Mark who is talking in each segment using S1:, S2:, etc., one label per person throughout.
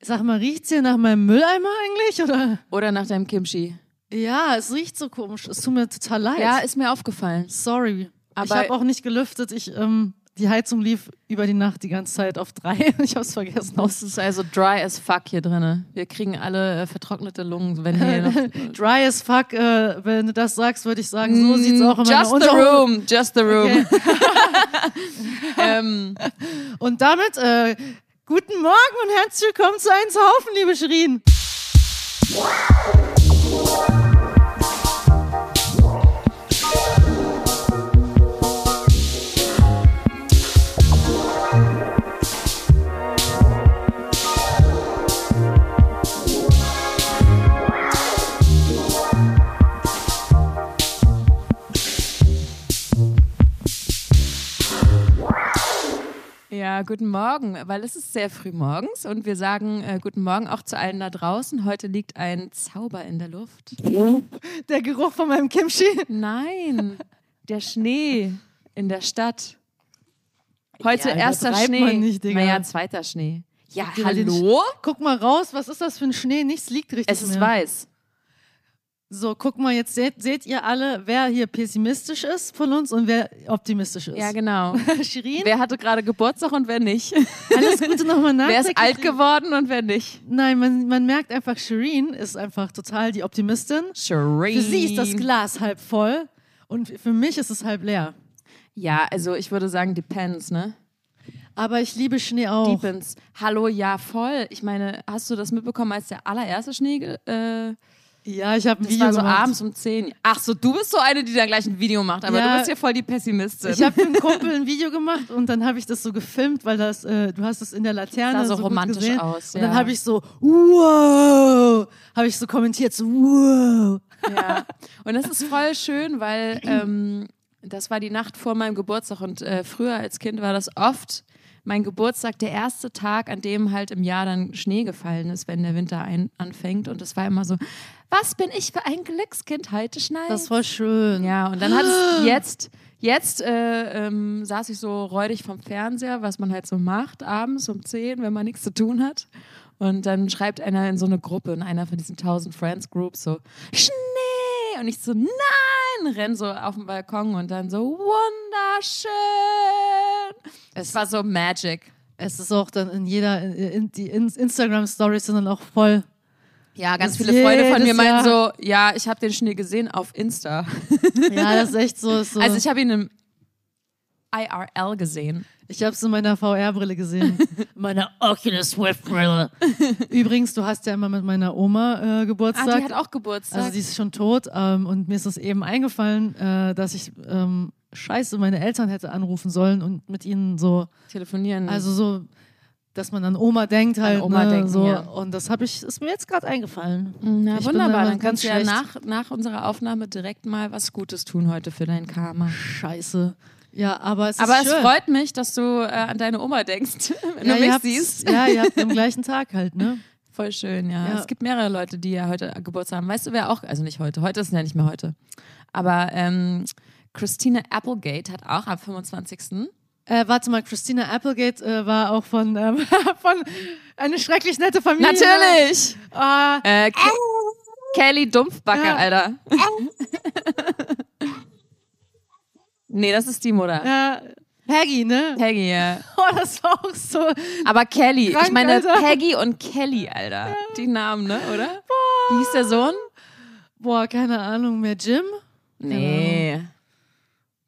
S1: Sag mal, riecht's hier nach meinem Mülleimer eigentlich? Oder?
S2: Oder nach deinem Kimchi.
S1: Ja, es riecht so komisch. Es tut mir total leid.
S2: Ja, ist mir aufgefallen.
S1: Sorry. ich
S2: Aber-
S1: habe auch nicht gelüftet. Ich, ähm, die Heizung lief über die Nacht die ganze Zeit auf drei. Ich habe es vergessen.
S2: Es ist also dry as fuck hier drinne. Wir kriegen alle äh, vertrocknete Lungen, wenn hier noch...
S1: Dry as fuck, äh, wenn du das sagst, würde ich sagen, so sieht's auch in meiner
S2: Mm, Just the
S1: Unterhose.
S2: room, just the room. ähm,
S1: Und damit, äh, guten Morgen und herzlich willkommen zu Eins Haufen, liebe Schirien.
S2: Ja, guten Morgen, weil es ist sehr früh morgens und wir sagen äh, guten Morgen auch zu allen da draußen. Heute liegt ein Zauber in der Luft.
S1: Der Geruch von meinem Kimchi.
S2: Nein, der Schnee in der Stadt. Heute
S1: Ja,
S2: erster
S1: übertreibt
S2: Schnee.
S1: man nicht, Digga.
S2: Naja, zweiter Schnee. Ja,
S1: Guck dir mal den
S2: hallo?
S1: Guck mal raus, was ist das für ein Schnee? Nichts liegt richtig
S2: Es ist
S1: mehr.
S2: weiß.
S1: So, guck mal, jetzt seht, seht ihr alle, wer hier pessimistisch ist von uns und wer optimistisch ist.
S2: Ja, genau.
S1: Shirin,
S2: wer hatte gerade Geburtstag und wer nicht?
S1: alles Gute nochmal nach.
S2: wer ist alt geworden und wer nicht?
S1: Nein, man, man merkt einfach, Shirin ist einfach total die Optimistin.
S2: Shireen.
S1: Für sie ist das Glas halb voll und für mich ist es halb leer.
S2: Ja, also ich würde sagen, depends, ne?
S1: Aber ich liebe Schnee auch.
S2: Deepens. Hallo, ja, voll. Ich meine, hast du das mitbekommen, als der allererste Schnee, ge- äh,
S1: Ja, ich habe ein
S2: das
S1: Video
S2: war so
S1: gemacht.
S2: abends um 10. Ach so, du bist so eine, die dann gleich ein Video macht, aber
S1: Ja.
S2: du bist ja voll die Pessimistin.
S1: Ich habe für einen Kumpel ein Video gemacht und dann habe ich das so gefilmt, weil das, äh, du hast es in der Laterne
S2: Sah so
S1: so
S2: romantisch
S1: gut gesehen.
S2: aus,
S1: Und dann
S2: ja.
S1: habe ich so, wow, habe ich so kommentiert, so, wow.
S2: ja. Und das ist voll schön, weil ähm, das war die Nacht vor meinem Geburtstag und äh, früher als Kind war das oft mein Geburtstag, der erste Tag, an dem halt im Jahr dann Schnee gefallen ist, wenn der Winter ein anfängt. Und das war immer so, was bin ich für ein Glückskind, heute schneit.
S1: Das war schön.
S2: Ja, und dann hat es jetzt, jetzt äh, ähm, saß ich so räudig vom Fernseher, was man halt so macht, abends um 10, wenn man nichts zu tun hat. Und dann schreibt einer in so eine Gruppe, in einer von diesen 1000 Friends Groups so, Schnee! Und ich so, nein! Renn so auf den Balkon und dann so, wunderschön! Es war so magic.
S1: Es ist auch dann in jeder, in, in, die in Instagram-Stories sind dann auch voll.
S2: Ja, ganz
S1: Das
S2: viele Freunde von mir
S1: jedes
S2: meinen so, ja, ich habe den Schnee gesehen auf Insta.
S1: Ja, das ist echt so. Ist so.
S2: Also ich habe ihn im IRL gesehen.
S1: Ich habe es in meiner VR-Brille gesehen. In meiner Oculus Rift-Brille. Übrigens, du hast ja immer mit meiner Oma äh, Geburtstag.
S2: Ah, die hat auch Geburtstag.
S1: also die ist schon tot ähm, und mir ist es eben eingefallen, äh, dass ich ähm, scheiße meine Eltern hätte anrufen sollen und mit ihnen so,
S2: telefonieren.
S1: also so, dass man an Oma denkt halt.
S2: Mhm. Oma
S1: ne,
S2: denken,
S1: so.
S2: ja.
S1: Und das habe ich, ist mir jetzt gerade eingefallen.
S2: na
S1: ich bin da
S2: wunderbar,
S1: immer
S2: dann
S1: ganz
S2: kannst du ja
S1: schlecht.
S2: nach, nach unserer Aufnahme direkt mal was Gutes tun heute für dein Karma.
S1: Scheiße. Ja, aber es
S2: Aber
S1: ist
S2: es
S1: schön.
S2: freut mich, dass du äh, an deine Oma denkst, wenn du
S1: ihr
S2: mich
S1: habt's-
S2: siehst.
S1: Ja, ihr habt am gleichen Tag halt, ne?
S2: Voll schön, ja.
S1: Ja.
S2: Es gibt mehrere Leute, die ja heute Geburtstag haben. Weißt du, wer auch, also nicht heute, heute ist ja nicht mehr heute, aber ähm, Christina Applegate hat auch am 25.
S1: Äh, warte mal, Christina Applegate äh, war auch von, ähm, von eine schrecklich nette Familie. ne?
S2: Natürlich!
S1: Ah,
S2: Äh, Ke Kelly Dumpfbacke,
S1: Ja.
S2: Alter. nee, das ist die Mutter.
S1: äh, Peggy, ne?
S2: Peggy, ja.
S1: Oh, das war auch so.
S2: Aber Kelly,
S1: Krank,
S2: ich meine
S1: Alter.
S2: Peggy und Kelly, Alter. Die Namen, ne, oder? Wie hieß der Sohn?
S1: Boah, keine Ahnung mehr. Jim?
S2: Nee.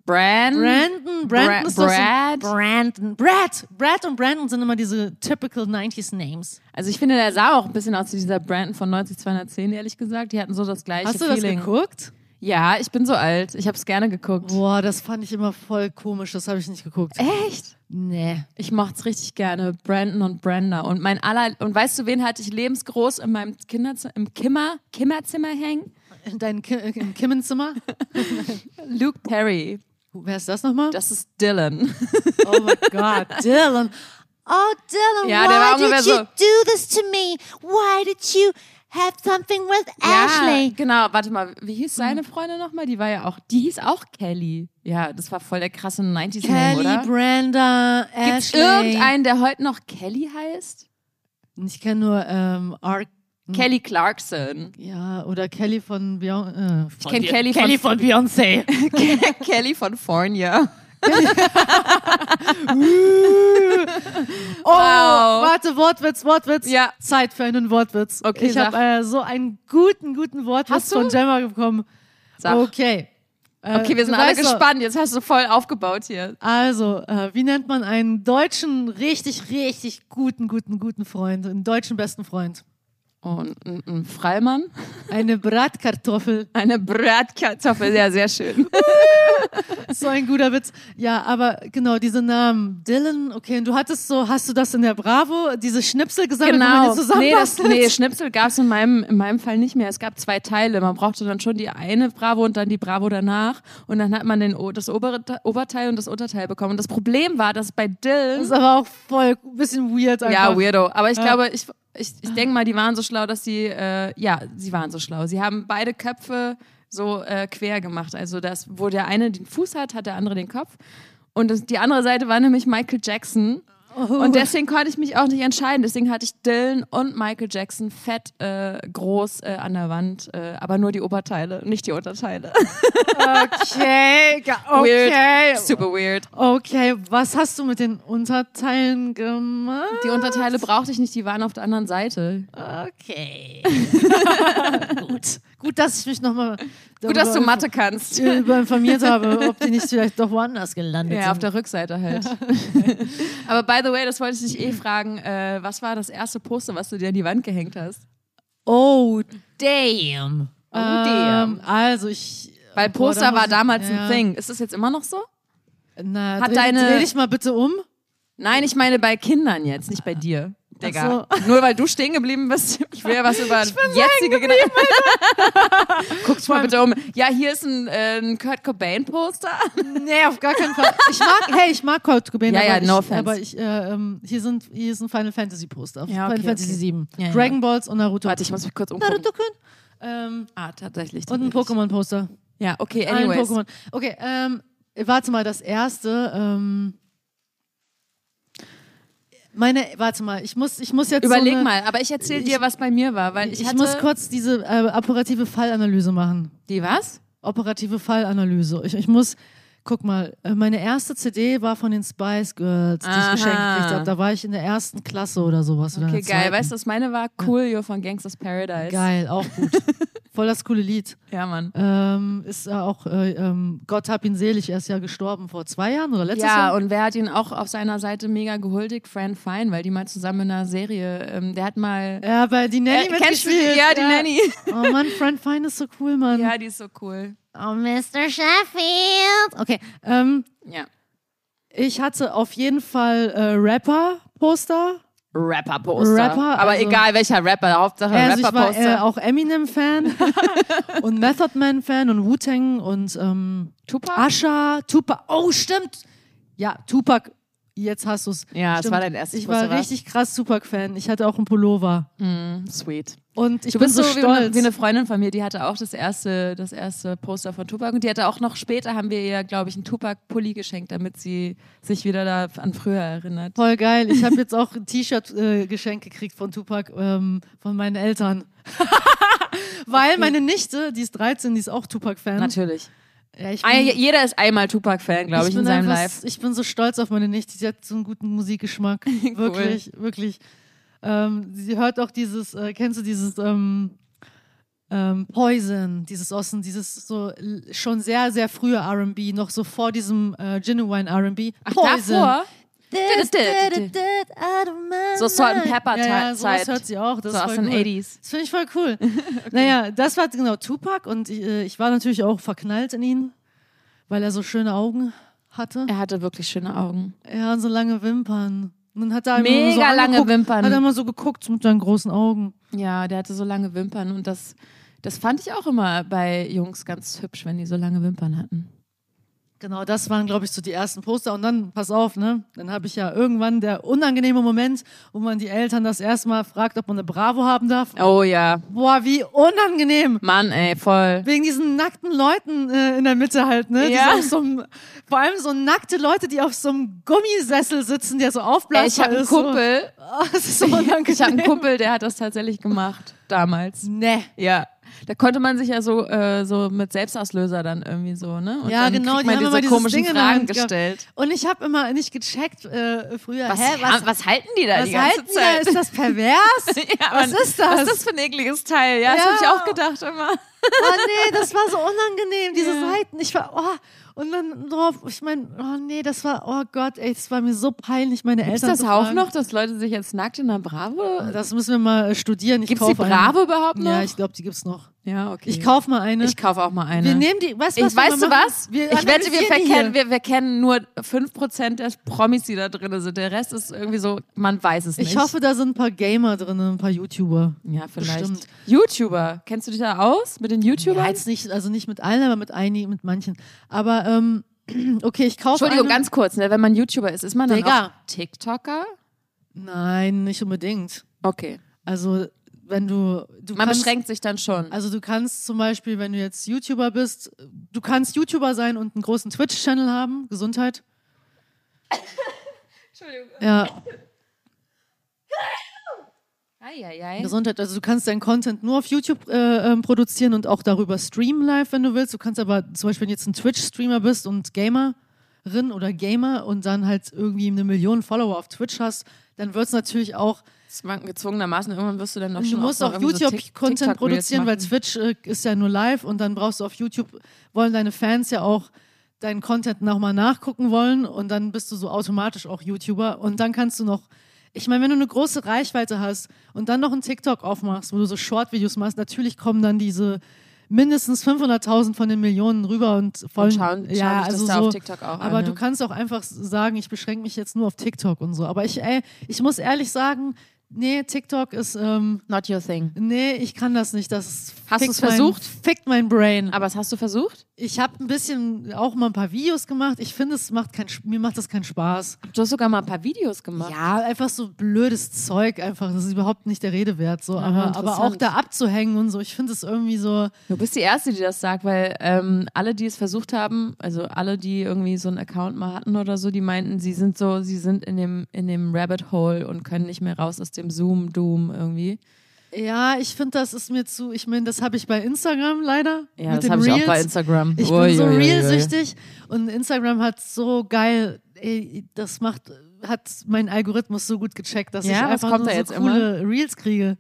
S2: Bran?
S1: Brandon? Brandon
S2: Bra-
S1: ist doch so.
S2: Brad?
S1: Brandon. Brad! Brad und Brandon sind immer diese typical 90s Names.
S2: Also ich finde, der sah auch ein bisschen aus wie dieser Brandon von 90210, ehrlich gesagt. Die hatten so das gleiche
S1: Hast du das
S2: Feeling.
S1: geguckt? Oh.
S2: Ja, ich bin so alt. Ich hab's gerne geguckt.
S1: Boah, das fand ich immer voll komisch. Das habe ich nicht geguckt.
S2: Echt?
S1: Nee.
S2: Ich mocht's richtig gerne. Brandon und Brenda. Und mein aller, und weißt du, wen hatte ich lebensgroß in meinem Kinderzimmer, im Kimmer, Kimmerzimmer hängen?
S1: In deinem Ki im Kimmenzimmer?
S2: Luke Perry.
S1: Wer ist das nochmal?
S2: Das ist Dylan.
S1: Oh my God, Dylan.
S3: Oh, Dylan,
S2: Ja, der war
S3: why
S2: ungefähr
S3: did you
S2: so.
S3: do this to me? Why did you have something with
S2: Ja,
S3: Ashley?
S2: genau, warte mal, wie hieß seine Freundin nochmal? Die war ja auch, die hieß auch Kelly. Ja, das war voll der krasse 90s Name,
S1: Kelly,
S2: oder?
S1: Brenda,
S2: Gibt's
S1: Ashley.
S2: irgendeinen, der heute noch Kelly heißt?
S1: Ich kenne nur ähm, R.
S2: Kelly Clarkson.
S1: Ja, oder Kelly von Beyoncé. Äh, von
S2: kenn
S1: Be-
S2: Kelly von-
S1: Kelly von Beyoncé.
S2: Kelly von Fornia.
S1: Oh,
S2: Wow.
S1: warte, Wortwitz, Wortwitz.
S2: Ja.
S1: Zeit für einen Wortwitz.
S2: Okay,
S1: ich habe
S2: sag.
S1: äh, so einen guten, guten Wortwitz
S2: Hast du?
S1: von Gemma bekommen.
S2: Sag.
S1: Okay. Äh,
S2: Okay, wir sind
S1: du
S2: alle
S1: weißt doch,
S2: gespannt. Jetzt hast du voll aufgebaut hier.
S1: Also, äh, wie nennt man einen deutschen, richtig, richtig guten, guten, guten Freund, einen deutschen besten Freund?
S2: Und ein, ein Freimann.
S1: Eine Bratkartoffel.
S2: Eine Bratkartoffel. Ja, sehr schön.
S1: So ein guter Witz. Ja, aber genau, diese Namen. Dylan, okay, und du hattest so, hast du das in der Bravo, diese Schnipsel gesammelt, wo man
S2: genau.
S1: die
S2: Nee, das,
S1: zusammenbastelt?
S2: nee, Schnipsel gab es in meinem, in meinem Fall nicht mehr. Es gab zwei Teile. Man brauchte dann schon die eine Bravo und dann die Bravo danach. Und dann hat man den, O- das obere, Te- Oberteil und das Unterteil bekommen. Und das Problem war, dass bei Dylan...
S1: Das ist aber auch voll, ein bisschen weird einfach.
S2: Ja, weirdo. Aber ich glaube, ich, ich, ich denke mal, die waren so schlau, dass sie, äh, ja, sie waren so schlau. Sie haben beide Köpfe so äh, quer gemacht. Also das, wo der eine den Fuß hat, hat der andere den Kopf. Und das, die andere Seite war nämlich Michael Jackson. Und deswegen konnte ich mich auch nicht entscheiden. Deswegen hatte ich Dylan und Michael Jackson fett äh, groß äh, an der Wand, äh, aber nur die Oberteile, nicht die Unterteile.
S1: Okay, ja, okay.
S2: Weird. Super weird.
S1: Okay, was hast du mit den Unterteilen gemacht?
S2: Die Unterteile brauchte ich nicht, die waren auf der anderen Seite.
S1: Okay. Gut. Gut, dass ich mich nochmal
S2: Gut, dass du Mathe kannst.
S1: über informiert habe, ob die nicht vielleicht doch woanders gelandet
S2: Ja, auf
S1: sind.
S2: der Rückseite halt. Aber by the way, das wollte ich dich eh fragen. Äh, was war das erste Poster, was du dir an die Wand gehängt hast?
S1: Oh, damn. Oh,
S2: damn.
S1: Ähm, also ich.
S2: Weil
S1: Boah,
S2: Poster
S1: da muss
S2: war
S1: ich-
S2: damals
S1: ja.
S2: ein Thing. Ist das jetzt immer noch so?
S1: Na,
S2: Hat
S1: dreh,
S2: deine-
S1: dreh dich mal bitte um.
S2: Nein, ich meine bei Kindern jetzt, nicht bei dir. Digga. Nur weil du stehen geblieben bist. Ich will ja was über jetzige Gedanken. Guckst mal bitte um. Ja, hier ist ein, äh, ein Kurt Cobain Poster.
S1: Nee, auf gar keinen Fall. Ich mag, hey, ich mag Kurt Cobain,
S2: Ja,
S1: aber,
S2: ja,
S1: ich,
S2: no offense.
S1: aber ich, äh, ähm, hier sind, hier ist ein Final Fantasy Poster.
S2: Ja,
S1: Final
S2: okay,
S1: Fantasy
S2: okay.
S1: 7.
S2: Ja, ja.
S1: Dragon Balls und Naruto.
S2: Warte, ich muss mich kurz umgucken.
S1: Naruto-kun. Ähm,
S2: Ah, tatsächlich.
S1: und ein
S2: tatsächlich.
S1: Pokémon Poster.
S2: Ja, okay,
S1: Ein
S2: anyways.
S1: Pokémon. Okay, ähm, warte mal, das erste. Ähm, meine, warte mal, ich muss, ich muss jetzt. so
S2: Überleg
S1: eine,
S2: mal, aber ich erzähl dir, was bei mir war, weil ich,
S1: Ich,
S2: hatte
S1: muss kurz diese äh, operative Fallanalyse machen.
S2: die was?
S1: Operative Fallanalyse. Ich, ich muss, guck mal, äh, meine erste CD war von den Spice Girls, die ich
S2: Aha.
S1: geschenkt gekriegt habe. Da war ich in der ersten Klasse oder sowas. Oder in
S2: Okay,
S1: der
S2: geil.
S1: zweiten.
S2: Weißt du, was meine war? Cool, Yo von Gangsters Paradise.
S1: Geil, auch gut. Voll das coole Lied.
S2: Ja, Mann.
S1: Ähm, ist ja auch, äh, ähm, Gott hab ihn selig, er ist ja gestorben vor zwei Jahren oder letztes
S2: Ja,
S1: Jahr.
S2: und wer hat ihn auch auf seiner Seite mega gehuldigt? Fran Fine, weil die mal zusammen in einer Serie, ähm, der hat mal.
S1: Ja, bei die Nanny
S2: Äh,
S1: mitgespielt.
S2: Ja, Ähm, die Nanny.
S1: Oh Mann, Friend Fine ist so cool, Mann.
S2: Ja, die ist so cool.
S3: Oh, Mr. Sheffield.
S1: Okay, ähm,
S2: Ja.
S1: ich hatte auf jeden Fall äh, Rapper-Poster.
S2: Rapper-Poster.
S1: Rapper,
S2: Aber
S1: also-
S2: egal welcher Rapper, Hauptsache
S1: Also ich war äh,
S2: Rapper-Poster.
S1: auch Eminem-Fan und Method Man-Fan und Wu-Tang und ähm,
S2: Tupac?
S1: Asha, Tupac. Oh, stimmt. Ja, Tupac. Jetzt hast du's.
S2: Ja, es
S1: stimmt.
S2: war dein erstes
S1: Ich war
S2: Poster, wa?
S1: richtig krass Tupac-Fan. Ich hatte auch einen Pullover.
S2: Sweet.
S1: Und ich
S2: Du
S1: bin
S2: bist
S1: so,
S2: so, wie,
S1: stolz.
S2: eine, wie eine Freundin von mir, die hatte auch das erste, das erste Poster von Tupac und die hatte auch noch später, haben wir ihr, glaube ich, einen Tupac-Pulli geschenkt, damit sie sich wieder da an früher erinnert.
S1: Voll geil. Ich habe jetzt auch ein T-Shirt äh, geschenkt gekriegt von Tupac, ähm, von meinen Eltern. Weil meine Nichte, die ist 13, die ist auch Tupac-Fan.
S2: Natürlich. Ah,
S1: Ja, ich
S2: Ein, jeder ist einmal Tupac-Fan, glaube ich, in
S1: bin
S2: seinem
S1: einfach-
S2: Life.
S1: Ich bin so stolz auf meine Nichte. Sie hat so einen guten Musikgeschmack. Wirklich, wirklich. Ähm, sie hört auch dieses, äh, kennst du dieses ähm, ähm, Poison, dieses Osten, dieses so l- schon sehr, sehr frühe RB, noch so vor diesem äh, Genuine RB.
S2: Ach,
S1: Poison.
S2: davor?
S3: This
S2: did-
S3: did- did out of my
S2: So Salt and
S3: mind.
S2: Pepper
S1: Ja, ja, sowas
S2: Zeit.
S1: hört sie auch. Das
S2: so
S1: ist
S2: aus
S1: voll
S2: den
S1: cool.
S2: 80s.
S1: Das finde ich voll cool. Naja, das war genau Tupac und äh, ich war natürlich auch verknallt in ihn, weil er so schöne Augen hatte.
S2: Er hatte wirklich schöne Augen.
S1: Ja, und so lange Wimpern. Und dann hat er immer
S2: Mega
S1: so
S2: lange
S1: angeguckt,
S2: Wimpern.
S1: Hat er immer so geguckt mit seinen großen Augen.
S2: Ja, der hatte so lange Wimpern und das, das fand ich auch immer bei Jungs ganz hübsch, wenn die so lange Wimpern hatten.
S1: Genau, das waren, glaube ich, so die ersten Poster. Und dann, pass auf, ne? Dann habe ich ja irgendwann der unangenehme Moment, wo man die Eltern das erstmal fragt, ob man eine Bravo haben darf.
S2: Oh ja.
S1: Boah, wie unangenehm.
S2: Mann, ey, voll.
S1: Wegen diesen nackten Leuten äh, in der Mitte halt, ne? Die
S2: Ja.
S1: so auf so einem, vor allem so nackte Leute, die auf so einem Gummisessel sitzen, der so aufblasbar
S2: Ey, ich habe einen
S1: ist. so.
S2: Kumpel.
S1: Oh, das ist so unangenehm.
S2: Ich habe einen Kumpel, der hat das tatsächlich gemacht. Damals.
S1: Nee.
S2: Ja. Da konnte man sich ja so, äh, so mit Selbstauslöser dann irgendwie so, ne? Und
S1: Ja,
S2: dann
S1: genau,
S2: kriegt
S1: die
S2: man
S1: haben
S2: diese
S1: immer dieses
S2: komischen
S1: Ding in der
S2: Fragen
S1: Hand gehabt.
S2: gestellt.
S1: Und ich habe immer nicht gecheckt äh, früher,
S2: Was,
S1: hä, was,
S2: was halten die da
S1: was
S2: die ganze
S1: halten die da?
S2: Zeit?
S1: Ist das pervers?
S2: ja,
S1: Was
S2: Mann,
S1: ist das?
S2: Was ist das für ein ekliges Teil? Ja, das habe ich
S1: Ja.
S2: auch gedacht immer.
S1: oh nee, das war so unangenehm, diese
S2: Ja.
S1: Seiten. Ich war, oh, und dann drauf, ich meine, oh nee, das war, oh Gott, ey, das war mir so peinlich, meine
S2: Ist
S1: Eltern
S2: das
S1: zu
S2: auch
S1: fragen.
S2: noch, dass Leute sich jetzt nackt in der Bravo?
S1: Das müssen wir mal äh, studieren. Ich
S2: Gibt es die
S1: kauf einen.
S2: Bravo überhaupt noch?
S1: Ja, ich glaube, die gibt's noch.
S2: ja okay.
S1: Ich kauf mal eine.
S2: Ich kaufe auch mal eine.
S1: wir nehmen die, weißt, du,
S2: ich,
S1: was wir
S2: weißt du
S1: machen?
S2: was?
S1: Wir
S2: ich wette, wir,
S1: analysieren die
S2: verkennen,
S1: hier.
S2: wir, wir kennen nur 5% der Promis, die da drin sind. Der Rest ist irgendwie so, man weiß es nicht.
S1: Ich hoffe, da sind ein paar Gamer drin, ein paar YouTuber.
S2: Ja, vielleicht.
S1: Bestimmt.
S2: YouTuber. Kennst du dich da aus mit den YouTubern?
S1: Ja, jetzt nicht, also nicht mit allen, aber mit einigen, mit manchen. Aber ähm, okay, ich kaufe
S2: Entschuldigung,
S1: eine.
S2: ganz kurz, ne, wenn man YouTuber ist, ist man dann
S1: Digga.
S2: auch TikToker?
S1: Nein, nicht unbedingt.
S2: Okay.
S1: Also wenn du, du
S2: Man
S1: kannst,
S2: beschränkt sich dann schon.
S1: Also du kannst zum Beispiel, wenn du jetzt YouTuber bist, du kannst YouTuber sein und einen großen Twitch-Channel haben. Gesundheit. Entschuldigung. Ja,
S2: Eieiei.
S1: Gesundheit. Also du kannst deinen Content nur auf YouTube äh, ähm, produzieren und auch darüber streamen live, wenn du willst. Du kannst aber zum Beispiel, wenn du jetzt ein Twitch-Streamer bist und Gamerin oder Gamer und dann halt irgendwie eine Million Follower auf Twitch hast, dann wird es natürlich auch
S2: Das man gezwungenermaßen, irgendwann wirst du dann doch
S1: Du
S2: schon
S1: musst
S2: mal
S1: auch
S2: irgendwie so Tik-
S1: YouTube-Content
S2: TikTok-Reels
S1: produzieren, weil
S2: machen.
S1: Twitch äh, ist ja nur live und dann brauchst du auf YouTube, wollen deine Fans ja auch deinen Content nochmal nachgucken wollen und dann bist du so automatisch auch YouTuber und dann kannst du noch, ich meine, wenn du eine große Reichweite hast und dann noch einen TikTok aufmachst, wo du so Short-Videos machst, natürlich kommen dann diese mindestens 500.000 von den Millionen rüber und
S2: Und
S1: vollen,
S2: schauen, schauen
S1: ja,
S2: sich das
S1: also
S2: da
S1: so,
S2: auf TikTok auch
S1: aber
S2: an,
S1: du
S2: ja.
S1: kannst auch einfach s- sagen, ich beschränke mich jetzt nur auf TikTok und so. Aber ich, ey, ich muss ehrlich sagen, nee, TikTok ist, ähm,
S2: Not your thing.
S1: nee, ich kann das nicht. Das
S2: Hast
S1: fickt
S2: du's versucht?
S1: Mein, fickt mein Brain.
S2: Aber was hast du versucht?
S1: Ich habe ein bisschen auch mal ein paar Videos gemacht. Ich finde, es macht kein, Sch- mir macht das keinen Spaß.
S2: Du hast sogar mal ein paar Videos gemacht.
S1: Ja, einfach so blödes Zeug einfach. Das ist überhaupt nicht der Rede wert. So. aber, aber auch
S2: interessant.
S1: da abzuhängen und so, ich finde es irgendwie so.
S2: Du bist die Erste, die das sagt, weil ähm, alle, die es versucht haben, also alle, die irgendwie so einen Account mal hatten oder so, die meinten, sie sind so, sie sind in dem, in dem Rabbit Hole und können nicht mehr raus aus dem Zoom-Doom irgendwie.
S1: Ja, ich finde, das ist mir zu. Ich meine, das habe ich bei Instagram leider.
S2: Ja,
S1: mit
S2: das
S1: den
S2: habe ich auch bei
S1: Reels.
S2: Instagram.
S1: Ich
S2: Ui,
S1: bin so
S2: ui, ui, ui.
S1: real-süchtig und Instagram hat so geil, ey, das macht, hat mein Algorithmus so gut gecheckt, dass
S2: Ja,
S1: ich
S2: was
S1: einfach
S2: kommt
S1: nur
S2: da
S1: so
S2: jetzt
S1: coole Reels kriege.